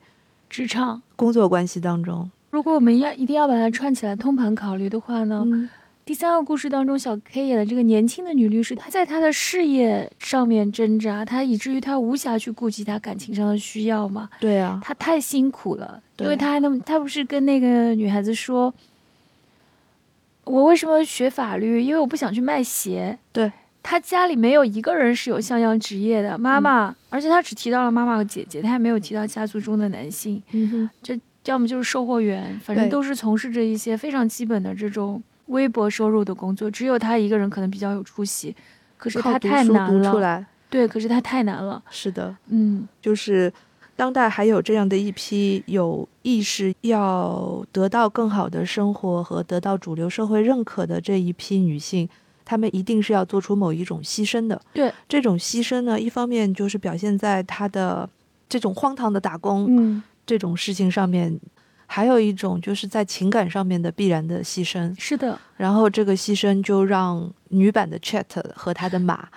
Speaker 1: 职场。
Speaker 2: 工作关系当中。
Speaker 1: 如果我们要一定要把它串起来通盘考虑的话呢，
Speaker 2: 嗯，
Speaker 1: 第三个故事当中，小 K 演的这个年轻的女律师，她在她的事业上面挣扎，她以至于她无暇去顾及她感情上的需要嘛，
Speaker 2: 对啊，
Speaker 1: 她太辛苦了，
Speaker 2: 对
Speaker 1: 因为她还能，她不是跟那个女孩子说，我为什么学法律？因为我不想去卖鞋。
Speaker 2: 对，
Speaker 1: 她家里没有一个人是有像样职业的，
Speaker 2: 嗯
Speaker 1: 妈妈，而且她只提到了妈妈和姐姐，她还没有提到家族中的男性。
Speaker 2: 嗯哼，
Speaker 1: 要么就是售货员，反
Speaker 2: 对
Speaker 1: 正都是从事着一些非常基本的这种微薄收入的工作。只有他一个人可能比较有出息，可是
Speaker 2: 靠
Speaker 1: 他
Speaker 2: 读
Speaker 1: 太
Speaker 2: 书
Speaker 1: 难
Speaker 2: 读出
Speaker 1: 了。
Speaker 2: 来，
Speaker 1: 对，可是他太难了。
Speaker 2: 是的。
Speaker 1: 嗯，
Speaker 2: 就是当代还有这样的一批有意识要得到更好的生活和得到主流社会认可的这一批女性，她们一定是要做出某一种牺牲的。
Speaker 1: 对，
Speaker 2: 这种牺牲呢，一方面就是表现在她的这种荒唐的打工、
Speaker 1: 嗯，
Speaker 2: 这种事情上面。还有一种就是在情感上面的必然的牺牲，
Speaker 1: 是的，
Speaker 2: 然后这个牺牲就让女版的 Chat 和她的马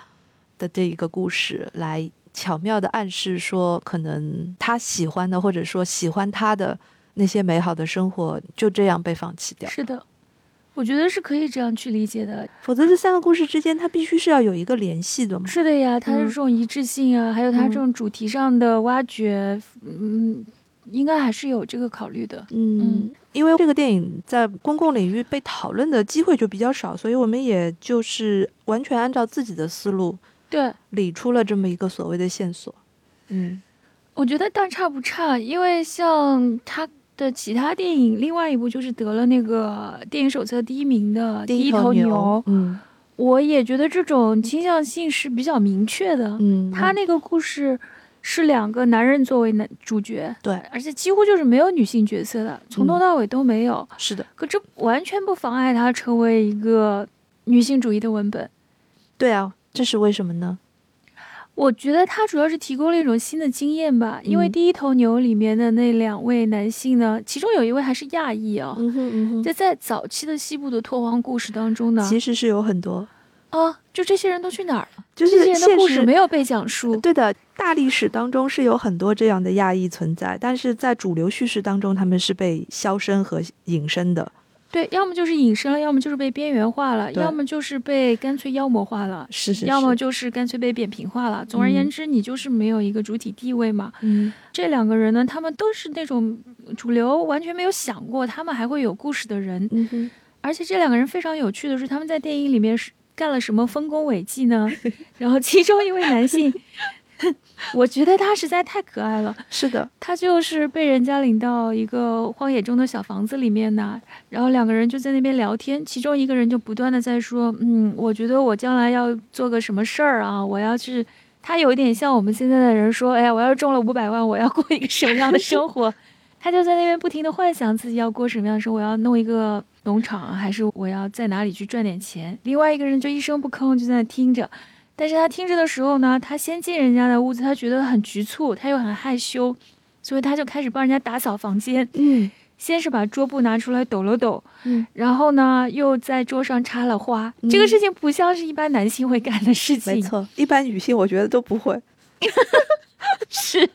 Speaker 2: 的这一个故事来巧妙的暗示说，可能他喜欢的或者说喜欢他的那些美好的生活就这样被放弃掉。
Speaker 1: 是的，我觉得是可以这样去理解的。
Speaker 2: 否则这三个故事之间，它必须是要有一个联系的嘛。
Speaker 1: 是的呀，他的
Speaker 2: 嗯
Speaker 1: 这种一致性啊，还有他这种主题上的挖掘，嗯，应该还是有这个考虑的。
Speaker 2: 嗯
Speaker 1: 嗯，
Speaker 2: 因为这个电影在公共领域被讨论的机会就比较少，所以我们也就是完全按照自己的思路
Speaker 1: 对，
Speaker 2: 理出了这么一个所谓的线索。嗯，
Speaker 1: 我觉得大差不差，因为像他的其他电影，另外一部就是得了那个电影手册第一名的《第
Speaker 2: 一
Speaker 1: 头牛》
Speaker 2: 嗯
Speaker 1: 我也觉得这种倾向性是比较明确的。
Speaker 2: 嗯，
Speaker 1: 他那个故事是两个男人作为男主角，
Speaker 2: 对
Speaker 1: 而且几乎就是没有女性角色的，从头
Speaker 2: 嗯
Speaker 1: 到尾都没有。
Speaker 2: 是的，
Speaker 1: 可这完全不妨碍它成为一个女性主义的文本。
Speaker 2: 对啊，这是为什么呢？
Speaker 1: 我觉得它主要是提供了一种新的经验吧，因为
Speaker 2: 嗯
Speaker 1: 第一头牛里面的那两位男性呢，其中有一位还是亚裔啊、
Speaker 2: 嗯哼啊嗯
Speaker 1: 这在早期的西部的拓荒故事当中呢，
Speaker 2: 其实是有很多，
Speaker 1: 啊，就这些人都去哪儿了？
Speaker 2: 就
Speaker 1: 这
Speaker 2: 是
Speaker 1: 些人的
Speaker 2: 现
Speaker 1: 故事
Speaker 2: 实
Speaker 1: 没有被讲述。
Speaker 2: 对的，大历史当中是有很多这样的亚裔存在，但是在主流叙事当中，他们是被消声和隐身的。
Speaker 1: 对，要么就是隐身了，要么就是被边缘化了，
Speaker 2: 对
Speaker 1: 要么就是被干脆妖魔化了，
Speaker 2: 是是
Speaker 1: 要么就是干脆被扁平化了。总而言之，你就是没有一个主体地位嘛。
Speaker 2: 嗯，
Speaker 1: 这两个人呢，他们都是那种主流完全没有想过他们还会有故事的人，
Speaker 2: 嗯哼，
Speaker 1: 而且这两个人非常有趣的是，他们在电影里面是干了什么丰功伟绩呢？ (laughs) 然后其中一位男性， (laughs) 我觉得他实在太可爱了，
Speaker 2: 是的，
Speaker 1: 他就是被人家领到一个荒野中的小房子里面呢，然后两个人就在那边聊天，其中一个人就不断的在说，嗯，我觉得我将来要做个什么事儿啊，我要去。他有一点像我们现在的人说，哎呀，我要是中了五百万，我要过 (laughs) 一个什么样的生活？他就在那边不停的幻想自己要过什么样的生活，我要弄一个农场，啊还是我要在哪里去赚点钱？另外一个人就一声不吭，就在那听着。但是他听着的时候呢，他先进人家的屋子，他觉得很局促，他又很害羞，所以他就开始帮人家打扫房间。
Speaker 2: 嗯
Speaker 1: 先是把桌布拿出来抖了抖，
Speaker 2: 嗯，
Speaker 1: 然后呢又在桌上插了花。
Speaker 2: 嗯
Speaker 1: 这个事情不像是一般男性会干的事情，
Speaker 2: 没错，一般女性我觉得都不会。
Speaker 1: 是，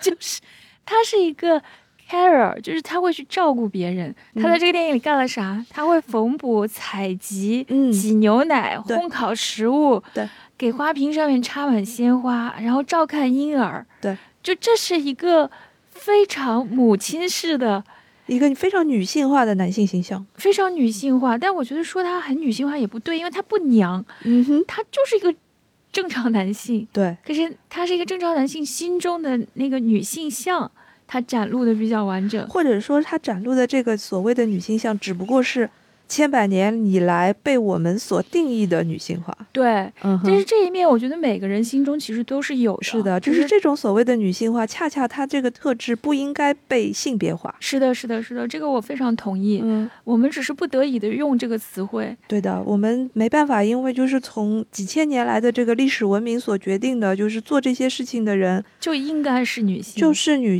Speaker 1: 就是 (laughs) 他是一个 carer，就是他会去照顾别人。
Speaker 2: 嗯
Speaker 1: 他在这个电影里干了啥？他会缝补、采集、
Speaker 2: 嗯
Speaker 1: 挤牛奶、
Speaker 2: 对
Speaker 1: 烘烤食物，
Speaker 2: 对，
Speaker 1: 给花瓶上面插满鲜花，然后照看婴儿。
Speaker 2: 对，
Speaker 1: 就这是一个非常母亲式的。
Speaker 2: 一个非常女性化的男性形象。
Speaker 1: 非常女性化，但我觉得说他很女性化也不对，因为他不娘，
Speaker 2: 嗯哼，
Speaker 1: 他就是一个正常男性。
Speaker 2: 对，
Speaker 1: 可是他是一个正常男性心中的那个女性像，他展露的比较完整。
Speaker 2: 或者说她展露的这个所谓的女性像，只不过是千百年以来被我们所定义的女性化。
Speaker 1: 对，
Speaker 2: 嗯
Speaker 1: 但是这一面我觉得每个人心中其实都是有的。
Speaker 2: 是的，就
Speaker 1: 就是
Speaker 2: 这种所谓的女性化，恰恰她这个特质不应该被性别化。
Speaker 1: 是的，是的，是的，这个我非常同意。
Speaker 2: 嗯，
Speaker 1: 我们只是不得已的用这个词汇。
Speaker 2: 对的，我们没办法，因为就是从几千年来的这个历史文明所决定的，就是做这些事情的人
Speaker 1: 就应该是女性，
Speaker 2: 就是女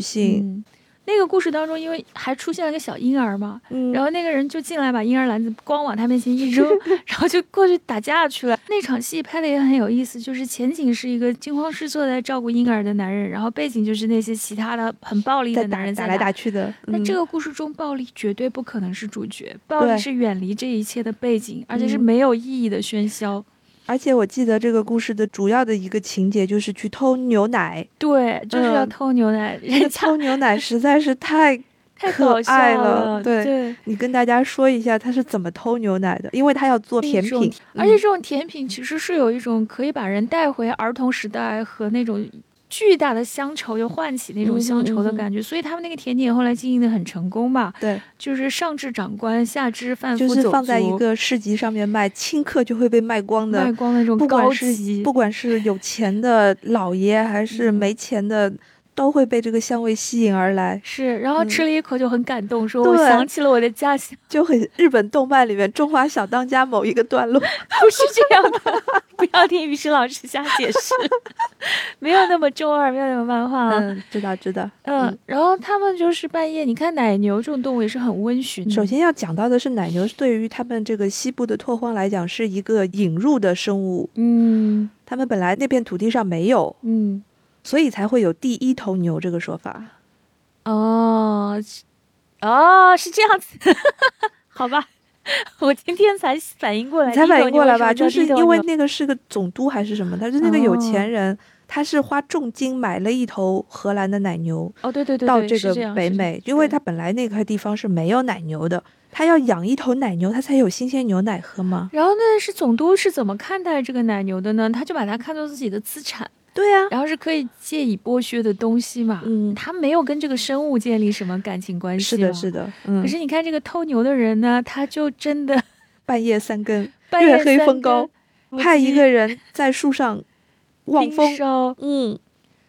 Speaker 1: 嗯，
Speaker 2: 性。
Speaker 1: 那个故事当中，因为还出现了个小婴儿嘛，
Speaker 2: 嗯，
Speaker 1: 然后那个人就进来，把婴儿篮子光往他面前
Speaker 2: (laughs)
Speaker 1: 一扔，然后就过去打架去了。那场戏拍的也很有意思，就是前景是一个惊慌失措在照顾婴儿的男人，然后背景就是那些其他的很暴力
Speaker 2: 在
Speaker 1: 的男
Speaker 2: 打
Speaker 1: 人在
Speaker 2: 打来打。去的。
Speaker 1: 那
Speaker 2: 嗯
Speaker 1: 这个故事中，暴力绝对不可能是主角，暴力
Speaker 2: 对
Speaker 1: 是远离这一切的背景，而且是
Speaker 2: 嗯
Speaker 1: 没有意义的喧嚣。
Speaker 2: 而且我记得这个故事的主要的一个情节就是去偷牛奶，
Speaker 1: 对，就是要
Speaker 2: 嗯
Speaker 1: 偷牛奶，
Speaker 2: 这
Speaker 1: 人家
Speaker 2: (laughs) 偷牛奶实在是太……
Speaker 1: 太
Speaker 2: 可
Speaker 1: 搞笑
Speaker 2: 爱了
Speaker 1: 对
Speaker 2: 对你跟大家说一下他是怎么偷牛奶的，因为他要做
Speaker 1: 那
Speaker 2: 甜
Speaker 1: 种
Speaker 2: 品，嗯
Speaker 1: 而且这种甜品其实是有一种可以把人带回儿童时代和那种巨大的乡愁，又唤起那种
Speaker 2: 嗯
Speaker 1: 乡愁的感觉。所以他们那个甜点后来经营的很成功嘛，
Speaker 2: 对，
Speaker 1: 就是上至长官，下至贩夫
Speaker 2: 就
Speaker 1: 走
Speaker 2: 是放在一
Speaker 1: 卒
Speaker 2: 个市集上面卖，顷刻就会被卖光的。
Speaker 1: 卖光那种
Speaker 2: 不
Speaker 1: 高
Speaker 2: 管是
Speaker 1: 级。
Speaker 2: 不管是有钱的老爷还是
Speaker 1: 嗯
Speaker 2: 没钱的，都会被这个香味吸引而来，
Speaker 1: 是，然后
Speaker 2: 嗯
Speaker 1: 吃了一口就很感动，说我
Speaker 2: 对
Speaker 1: 想起了我的家乡， (laughs)
Speaker 2: 就很日本动漫里面《中华小当家》某一个段落。
Speaker 1: 不是这样的， (laughs) 不要听于适老师瞎解释， (laughs) 没有那么中二，没有那么漫画啊。
Speaker 2: (laughs) 嗯，知道知道。
Speaker 1: 嗯
Speaker 2: 嗯，
Speaker 1: 然后他们就是半夜，你看奶牛这种动物也是很温驯的。
Speaker 2: 首先要讲到的是，奶牛是对于他们这个西部的拓荒来讲是一个引入的生物，
Speaker 1: 嗯
Speaker 2: 他们本来那片土地上没有，
Speaker 1: 嗯，
Speaker 2: 所以才会有第一头牛这个说法。
Speaker 1: 哦是哦，是这样子， (laughs) 好吧，我今天才反应过来，
Speaker 2: 你才反应过来吧？
Speaker 1: 低头
Speaker 2: 就
Speaker 1: 牛
Speaker 2: 是
Speaker 1: 什么叫低头
Speaker 2: 因为
Speaker 1: 牛
Speaker 2: 那个是个总督还是什么，他是那个有
Speaker 1: 哦
Speaker 2: 钱人，他是花重金买了一头荷兰的奶牛，
Speaker 1: 哦，对对对，
Speaker 2: 到
Speaker 1: 对
Speaker 2: 这
Speaker 1: 是样
Speaker 2: 个北
Speaker 1: 是这样
Speaker 2: 美，因为
Speaker 1: 对
Speaker 2: 它本来那块地方是没有奶牛的，它要养一头奶牛，它才有新鲜牛奶喝嘛。
Speaker 1: 然后那是总督是怎么看待这个奶牛的呢？他就把它看作自己的资产，
Speaker 2: 对啊，
Speaker 1: 然后是可以借以剥削的东西嘛。
Speaker 2: 嗯，
Speaker 1: 他没有跟这个生物建立什么感情关系，
Speaker 2: 是的，是。的，嗯
Speaker 1: 啊可，是你看这个偷牛的人呢，他就真的
Speaker 2: 半夜三
Speaker 1: (laughs)
Speaker 2: 更，
Speaker 1: 半
Speaker 2: 月
Speaker 1: 夜
Speaker 2: 黑
Speaker 1: 三
Speaker 2: 风高
Speaker 1: 更，
Speaker 2: 派一个人在树上望
Speaker 1: 盯
Speaker 2: 风，
Speaker 1: 梢
Speaker 2: 嗯，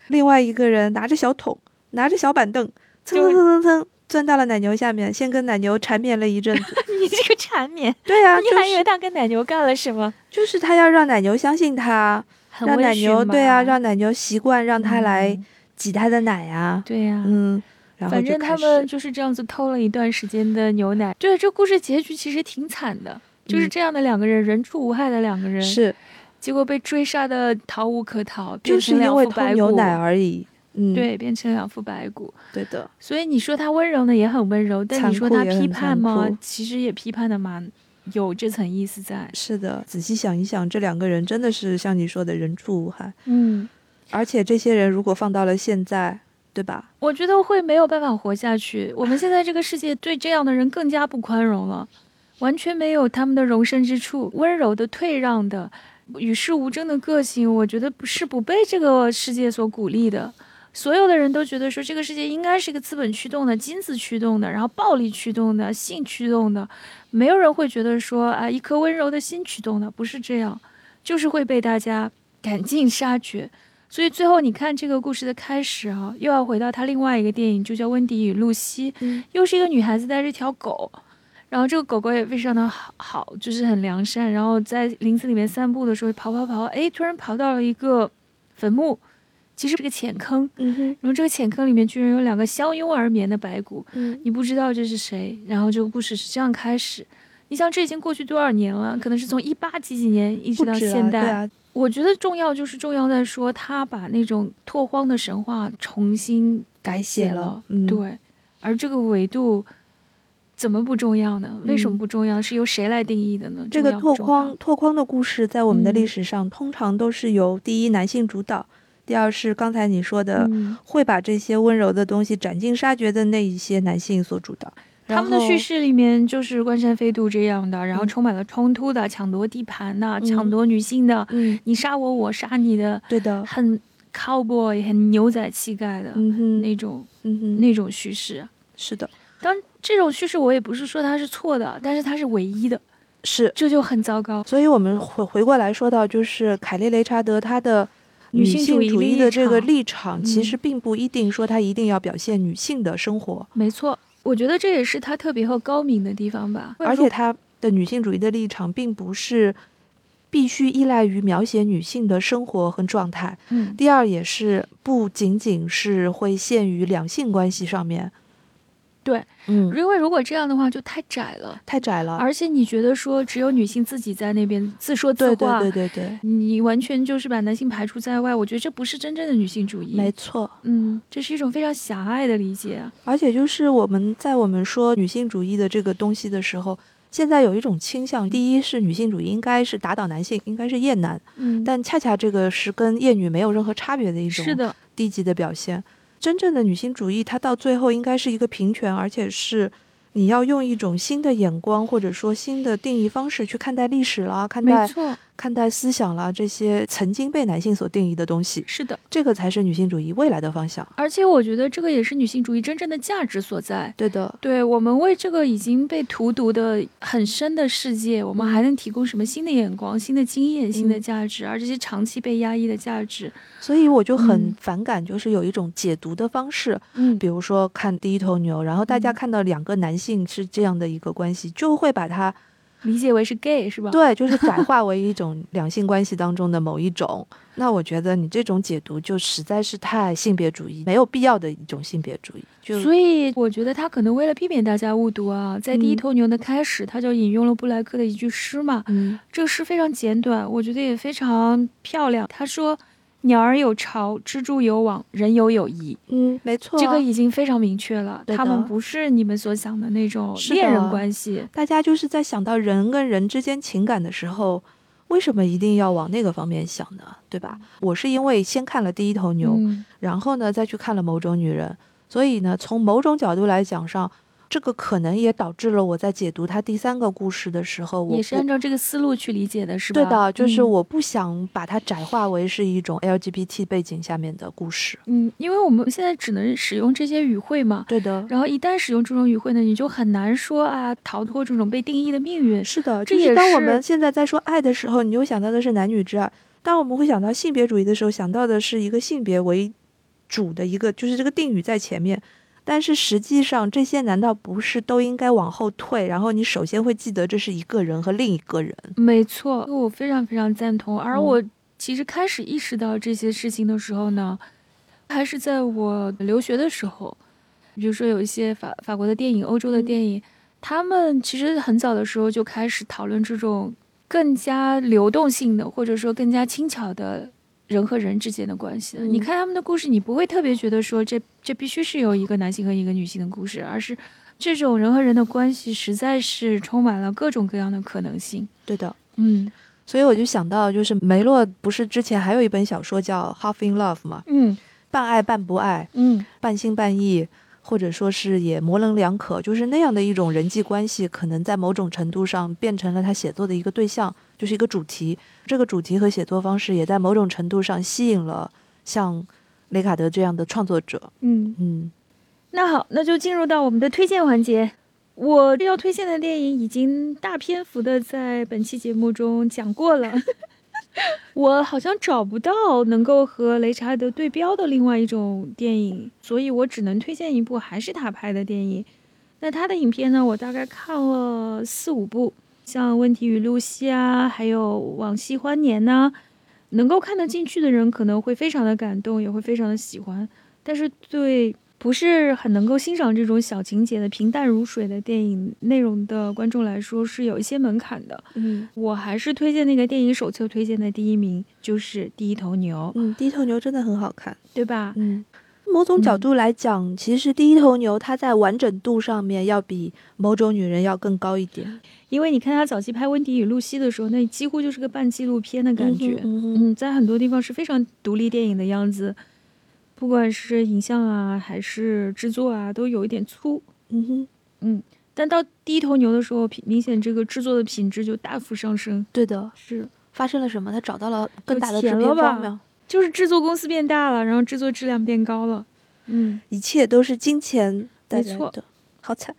Speaker 2: 另外一个人拿着小桶，拿着小板凳，蹭
Speaker 1: 就
Speaker 2: 蹭蹭蹭蹭钻到了奶牛下面，先跟奶牛缠绵了一阵子。
Speaker 1: (laughs) 你这个缠绵，
Speaker 2: 对啊，就
Speaker 1: 你还以为
Speaker 2: 是
Speaker 1: 他跟奶牛干了什么？
Speaker 2: 就是他要让奶牛相信他，
Speaker 1: 很
Speaker 2: 让
Speaker 1: 温
Speaker 2: 奶
Speaker 1: 驯
Speaker 2: 牛
Speaker 1: 嘛
Speaker 2: 对啊，让奶牛习惯让他来
Speaker 1: 嗯
Speaker 2: 挤他的奶啊。
Speaker 1: 对呀、
Speaker 2: 嗯，然后
Speaker 1: 反
Speaker 2: 就
Speaker 1: 正
Speaker 2: 开
Speaker 1: 他们
Speaker 2: 始
Speaker 1: 就是这样子偷了一段时间的牛奶。对，这故事结局其实挺惨的，就是
Speaker 2: 嗯
Speaker 1: 这样的两个人，人畜无害的两个人，
Speaker 2: 是
Speaker 1: 结果被追杀的逃无可逃，变
Speaker 2: 就是
Speaker 1: 成两
Speaker 2: 因为
Speaker 1: 副
Speaker 2: 偷
Speaker 1: 白
Speaker 2: 牛
Speaker 1: 骨。
Speaker 2: 奶而已。嗯，
Speaker 1: 对，变成两副白骨。
Speaker 2: 对的，
Speaker 1: 所以你说他温柔呢，也很温柔；但
Speaker 2: 残
Speaker 1: 你说
Speaker 2: 酷
Speaker 1: 他
Speaker 2: 也很
Speaker 1: 批判
Speaker 2: 残
Speaker 1: 吗
Speaker 2: 酷？
Speaker 1: 其实也批判的蛮有这层意思在。
Speaker 2: 是的。仔细想一想，这两个人真的是像你说的人畜无害，
Speaker 1: 嗯，
Speaker 2: 而且这些人如果放到了现在，对吧？
Speaker 1: 我觉得会没有办法活下去。我们现在这个世界对这样的人更加不宽容了，完全没有他们的容身之处。温柔的、退让的、与世无争的个性，我觉得不是不被这个世界所鼓励的。所有的人都觉得说，这个世界应该是一个资本驱动的、金子驱动的，然后暴力驱动的、性驱动的，没有人会觉得说啊，一颗温柔的心驱动的，不是这样，就是会被大家赶尽杀绝。所以最后你看这个故事的开始啊，又要回到他另外一个电影，就叫《温迪与露西》，
Speaker 2: 嗯
Speaker 1: 又是一个女孩子带着一条狗，然后这个狗狗也非常的好，好就是很良善。然后在林子里面散步的时候，跑跑跑，哎，突然跑到了一个坟墓，其实是个浅坑。
Speaker 2: 嗯哼，
Speaker 1: 然后这个浅坑里面居然有两个相拥而眠的白骨，
Speaker 2: 嗯，
Speaker 1: 你不知道这是谁。然后这个故事是这样开始。你想，这已经过去多少年了？可能是从一八几几年一直
Speaker 2: 不
Speaker 1: 到
Speaker 2: 止啊
Speaker 1: 现代。
Speaker 2: 对啊，
Speaker 1: 我觉得重要就是重要在说，他把那种拓荒的神话重新
Speaker 2: 改
Speaker 1: 写
Speaker 2: 写
Speaker 1: 了
Speaker 2: 了，，嗯，
Speaker 1: 对，而这个维度怎么不重要呢？为什么
Speaker 2: 嗯
Speaker 1: 不重要？是由谁来定义的呢？
Speaker 2: 这
Speaker 1: 重
Speaker 2: 个
Speaker 1: 要
Speaker 2: 拓
Speaker 1: 不重要
Speaker 2: 荒，拓荒的故事在我们的
Speaker 1: 嗯
Speaker 2: 历史上，通常都是由第一男性主导，第二是刚才你说的，
Speaker 1: 嗯，
Speaker 2: 会把这些温柔的东西斩尽杀绝的那一些男性所主导。
Speaker 1: 他们的
Speaker 2: 然后
Speaker 1: 叙，事里面就是官山飞渡这样的，然后
Speaker 2: 嗯
Speaker 1: 充满了冲突的、抢夺地盘的、抢
Speaker 2: 嗯
Speaker 1: 夺女性的，
Speaker 2: 嗯，
Speaker 1: 你杀我，我杀你的，
Speaker 2: 对的，
Speaker 1: 很 cowboy、很牛仔气概的、
Speaker 2: 嗯哼，
Speaker 1: 那种
Speaker 2: 嗯哼，
Speaker 1: 那种叙事。
Speaker 2: 是的，
Speaker 1: 当然这种叙事我也不是说它是错的，但是它是唯一的，
Speaker 2: 是。
Speaker 1: 这就很糟糕。
Speaker 2: 所以我们回回过来说到，就是凯莉·雷查德她的。
Speaker 1: 女
Speaker 2: 女
Speaker 1: 性主
Speaker 2: 性
Speaker 1: 义
Speaker 2: 主义
Speaker 1: 立
Speaker 2: 的这个
Speaker 1: 场
Speaker 2: 立场，其
Speaker 1: 嗯
Speaker 2: 实并不一定说她一定要表现女性的生活，
Speaker 1: 没错，我觉得这也是它特别和高明的地方吧。
Speaker 2: 而且她的女性主义的立场并不是必须依赖于描写女性的生活和状态。
Speaker 1: 嗯，
Speaker 2: 第二，也是不仅仅是会限于两性关系上面。
Speaker 1: 对，
Speaker 2: 嗯，
Speaker 1: 因为如果这样的话就太窄了，
Speaker 2: 太窄了。
Speaker 1: 而且你觉得说只有女性自己在那边自说自
Speaker 2: 对
Speaker 1: 话，
Speaker 2: 对对对对，
Speaker 1: 你完全就是把男性排除在外，我觉得这不是真正的女性主义。
Speaker 2: 没错。
Speaker 1: 嗯，这是一种非常狭隘的理解。啊
Speaker 2: 而且就是我们在我们说女性主义的这个东西的时候，现在有一种倾向，第一是女性主义应该是打倒男性，应该是厌男，
Speaker 1: 嗯，
Speaker 2: 但恰恰这个是跟厌女没有任何差别的一种
Speaker 1: 是的，
Speaker 2: 低级的表现。真正的女性主义，它到最后应该是一个平权，而且是你要用一种新的眼光或者说新的定义方式去看待历史啦，看
Speaker 1: 没
Speaker 2: 待
Speaker 1: 错，
Speaker 2: 看待思想啦这些曾经被男性所定义的东西，
Speaker 1: 是的。
Speaker 2: 这个才是女性主义未来的方向。
Speaker 1: 而且我觉得这个也是女性主义真正的价值所在。
Speaker 2: 对的，
Speaker 1: 对我们为这个已经被荼毒的很深的世界，我们还能提供什么新的眼光、新的经验、新的
Speaker 2: 嗯
Speaker 1: 价值？而这些长期被压抑的价值，
Speaker 2: 所以我就很
Speaker 1: 嗯
Speaker 2: 反感，就是有一种解读的方式，
Speaker 1: 嗯
Speaker 2: 比如说看第一头牛，然后大家
Speaker 1: 嗯
Speaker 2: 看到两个男性是这样的一个关系，就会把它
Speaker 1: 理解为是 gay 是吧？，
Speaker 2: 对，就是窄化为一种两性关系当中的某一种。那我觉得你这种解读就实在是太性别主义，没有必要的一种性别主义。就
Speaker 1: 所以我觉得他可能为了避免大家误读啊，在第一
Speaker 2: 嗯
Speaker 1: 头牛的开始，他就引用了布莱克的一句诗嘛，
Speaker 2: 嗯
Speaker 1: 这个诗非常简短，我觉得也非常漂亮。他说：“鸟儿有巢，蜘蛛有网，人有友谊。”
Speaker 2: 嗯，没错、
Speaker 1: 这个已经非常明确了，
Speaker 2: 对的
Speaker 1: 他们不是你们所想的那种
Speaker 2: 是的
Speaker 1: 恋人关系。
Speaker 2: 大家就是在想到人跟人之间情感的时候，为什么一定要往那个方面想呢？对吧？我是因为先看了第一头牛，
Speaker 1: 嗯，
Speaker 2: 然后呢再去看了某种女人，所以呢，从某种角度来讲上，这个可能也导致了我在解读他第三个故事的时候，我
Speaker 1: 也是
Speaker 2: 不
Speaker 1: 按照这个思路去理解的，是吧？
Speaker 2: 对的，就是
Speaker 1: 嗯。
Speaker 2: 我不想把它窄化为是一种 LGBT 背景下面的故事。
Speaker 1: 嗯，因为我们现在只能使用这些语汇嘛，
Speaker 2: 对的，
Speaker 1: 然后一旦使用这种语汇呢，你就很难说啊逃脱这种被定义的命运。
Speaker 2: 是的，
Speaker 1: 这
Speaker 2: 就
Speaker 1: 也
Speaker 2: 是当我
Speaker 1: 是
Speaker 2: 们现在在说爱的时候，你就想到的是男女之爱；当我们会想到性别主义的时候，想到的是一个性别为主的一个，就是这个定语在前面。但是实际上，这些难道不是都应该往后退？然后你首先会记得这是一个人和另一个人。
Speaker 1: 没错，我非常非常赞同。而
Speaker 2: 嗯
Speaker 1: 我其实开始意识到这些事情的时候呢，还是在我留学的时候。比如说有一些法法国的电影、欧洲的
Speaker 2: 嗯
Speaker 1: 电影，他们其实很早的时候就开始讨论这种更加流动性的，或者说更加轻巧的人和人之间的关系了。你
Speaker 2: 嗯
Speaker 1: 看他们的故事，你不会特别觉得说这这必须是有一个男性和一个女性的故事，而是这种人和人的关系实在是充满了各种各样的可能性。
Speaker 2: 对的，
Speaker 1: 嗯，
Speaker 2: 所以我就想到，就是梅洛不是之前还有一本小说叫《Half in Love》嘛，
Speaker 1: 嗯
Speaker 2: 半爱半不爱。
Speaker 1: 嗯，
Speaker 2: 半信半疑，或者说是也模棱两可，就是那样的一种人际关系，可能在某种程度上变成了他写作的一个对象，就是一个主题。这个主题和写作方式也在某种程度上吸引了像雷卡德这样的创作者。
Speaker 1: 嗯，
Speaker 2: 嗯，
Speaker 1: 那好，那就进入到我们的推荐环节。我要推荐的电影已经大篇幅的在本期节目中讲过了， (laughs) 我好像找不到能够和雷查德对标的另外一种电影，所以我只能推荐一部还是他拍的电影。那他的影片呢，我大概看了四五部，像《问题与露西》啊，还有《往昔欢年》呐，能够看得进去的人可能会非常的感动，也会非常的喜欢。但是对不是很能够欣赏这种小情节的平淡如水的电影内容的观众来说，是有一些门槛的。
Speaker 2: 嗯
Speaker 1: 我还是推荐那个电影手册推荐的第一名，就是《第一头牛》，
Speaker 2: 嗯，第一头牛真的很好看。
Speaker 1: 对吧？
Speaker 2: 嗯，某种角度来讲，其实第一头牛它在完整度上面要比某种女人要更高一点，
Speaker 1: 因为你看他早期拍《温迪与露西》的时候，那几乎就是个半纪录片的感觉。
Speaker 2: 嗯哼嗯哼
Speaker 1: 嗯，在很多地方是非常独立电影的样子，不管是影像啊，还是制作啊，都有一点粗。
Speaker 2: 嗯哼，
Speaker 1: 但到第一头牛的时候，明明显这个制作的品质就大幅上升。
Speaker 2: 对的。
Speaker 1: 是，
Speaker 2: 发生了什么？他找到了更大的
Speaker 1: 有
Speaker 2: 制
Speaker 1: 钱
Speaker 2: 片
Speaker 1: 了吧
Speaker 2: 方向，
Speaker 1: 就是制作公司变大了，然后制作质量变高了。嗯，
Speaker 2: 一切都是金钱带来
Speaker 1: 没错
Speaker 2: 的，好惨。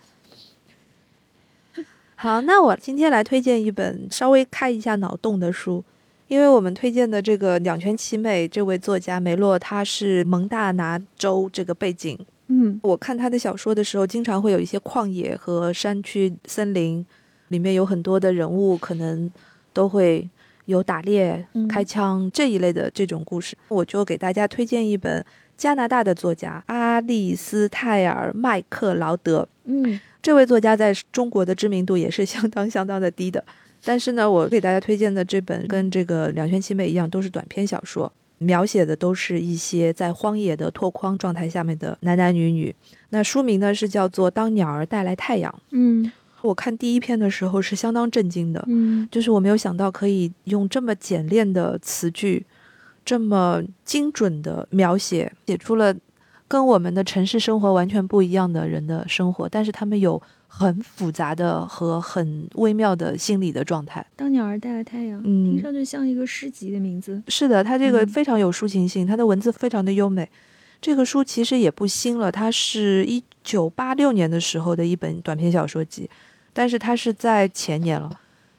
Speaker 2: (laughs) 好，那我今天来推荐一本稍微开一下脑洞的书，因为我们推荐的这个两全其美这位作家梅洛，他是蒙大拿州这个背景，
Speaker 1: 嗯
Speaker 2: 我看他的小说的时候，经常会有一些旷野和山区、森林，里面有很多的人物可能都会有打猎
Speaker 1: 嗯、
Speaker 2: 开枪这一类的这种故事。我就给大家推荐一本加拿大的作家阿利斯泰尔·麦克劳德，
Speaker 1: 嗯，
Speaker 2: 这位作家在中国的知名度也是相当相当的低的。但是呢，我给大家推荐的这本跟这个《两全其美》一样，都是短篇小说，描写的都是一些在荒野的拓荒状态下面的男男女女。那书名呢是叫做《当鸟儿带来太阳》。
Speaker 1: 嗯
Speaker 2: 我看第一篇的时候是相当震惊的，
Speaker 1: 嗯
Speaker 2: 就是我没有想到可以用这么简练的词句，这么精准的描写，写出了跟我们的城市生活完全不一样的人的生活，但是他们有很复杂的和很微妙的心理的状态。
Speaker 1: 当鸟儿带来太阳，
Speaker 2: 嗯
Speaker 1: 听上去像一个诗集的名字。
Speaker 2: 是的，它这个
Speaker 1: 嗯
Speaker 2: 非常有抒情性，它的文字非常的优美。这个书其实也不新了，它是一九八六年的时候的一本短篇小说集，但是它是在前年了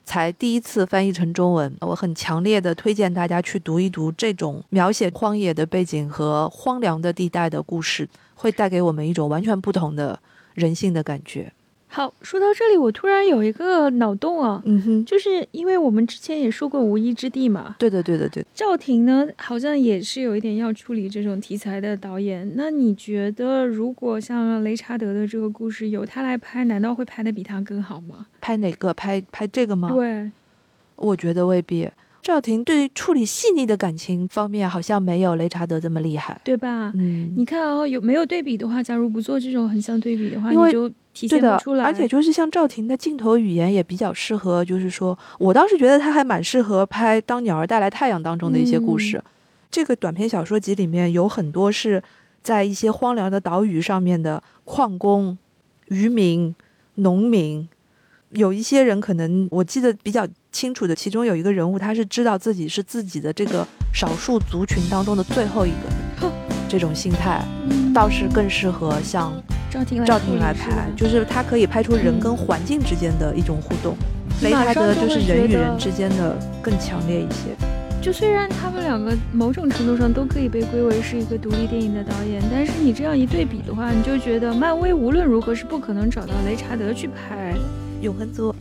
Speaker 2: 才第一次翻译成中文。我很强烈的推荐大家去读一读这种描写荒野的背景和荒凉的地带的故事，会带给我们一种完全不同的人性的感觉。
Speaker 1: 好，说到这里，我突然有一个脑洞啊，
Speaker 2: 嗯哼，
Speaker 1: 就是因为我们之前也说过《无依之地》嘛，
Speaker 2: 对的，对的，对的。
Speaker 1: 赵婷呢好像也是有一点要处理这种题材的导演。那你觉得，如果像雷查德的这个故事由他来拍，难道会拍的比他更好吗？
Speaker 2: 拍哪个？拍拍这个吗？
Speaker 1: 对，
Speaker 2: 我觉得未必。赵婷对于处理细腻的感情方面，好像没有雷查德这么厉害。
Speaker 1: 对吧？
Speaker 2: 嗯，
Speaker 1: 你看哦，有没有对比的话，假如不做这种很像对比的话，
Speaker 2: 因为
Speaker 1: 你就体
Speaker 2: 对
Speaker 1: 现
Speaker 2: 的
Speaker 1: 不出，来。
Speaker 2: 而且就是像赵婷的镜头语言也比较适合，就是说我倒是觉得她还蛮适合拍《当鸟儿带来太阳》当中的一些故
Speaker 1: 嗯
Speaker 2: 事。这个短篇小说集里面有很多是在一些荒凉的岛屿上面的矿工、渔民、农民，有一些人可能我记得比较清楚的，其中有一个人物，他是知道自己是自己的这个少数族群当中的最后一个人这种心态
Speaker 1: 嗯
Speaker 2: 倒是更适合像
Speaker 1: 赵婷来
Speaker 2: 赵
Speaker 1: 处
Speaker 2: 婷
Speaker 1: 理
Speaker 2: 来
Speaker 1: 嗯是
Speaker 2: 拍，
Speaker 1: 吧
Speaker 2: 就是它可以拍出人
Speaker 1: 嗯
Speaker 2: 跟环境之间的一种互动。
Speaker 1: 你
Speaker 2: 雷
Speaker 1: 马
Speaker 2: 查
Speaker 1: 上
Speaker 2: 德
Speaker 1: 就
Speaker 2: 就是
Speaker 1: 会
Speaker 2: 人与
Speaker 1: 觉
Speaker 2: 人
Speaker 1: 得
Speaker 2: 之间的更强烈一些。
Speaker 1: 就虽然他们两个某种程度上都可以被归为是一个独立电影的导演，但是你这样一对比的话，你就觉得漫威无论如何是不可能找到雷查德去拍。
Speaker 2: 永恒族，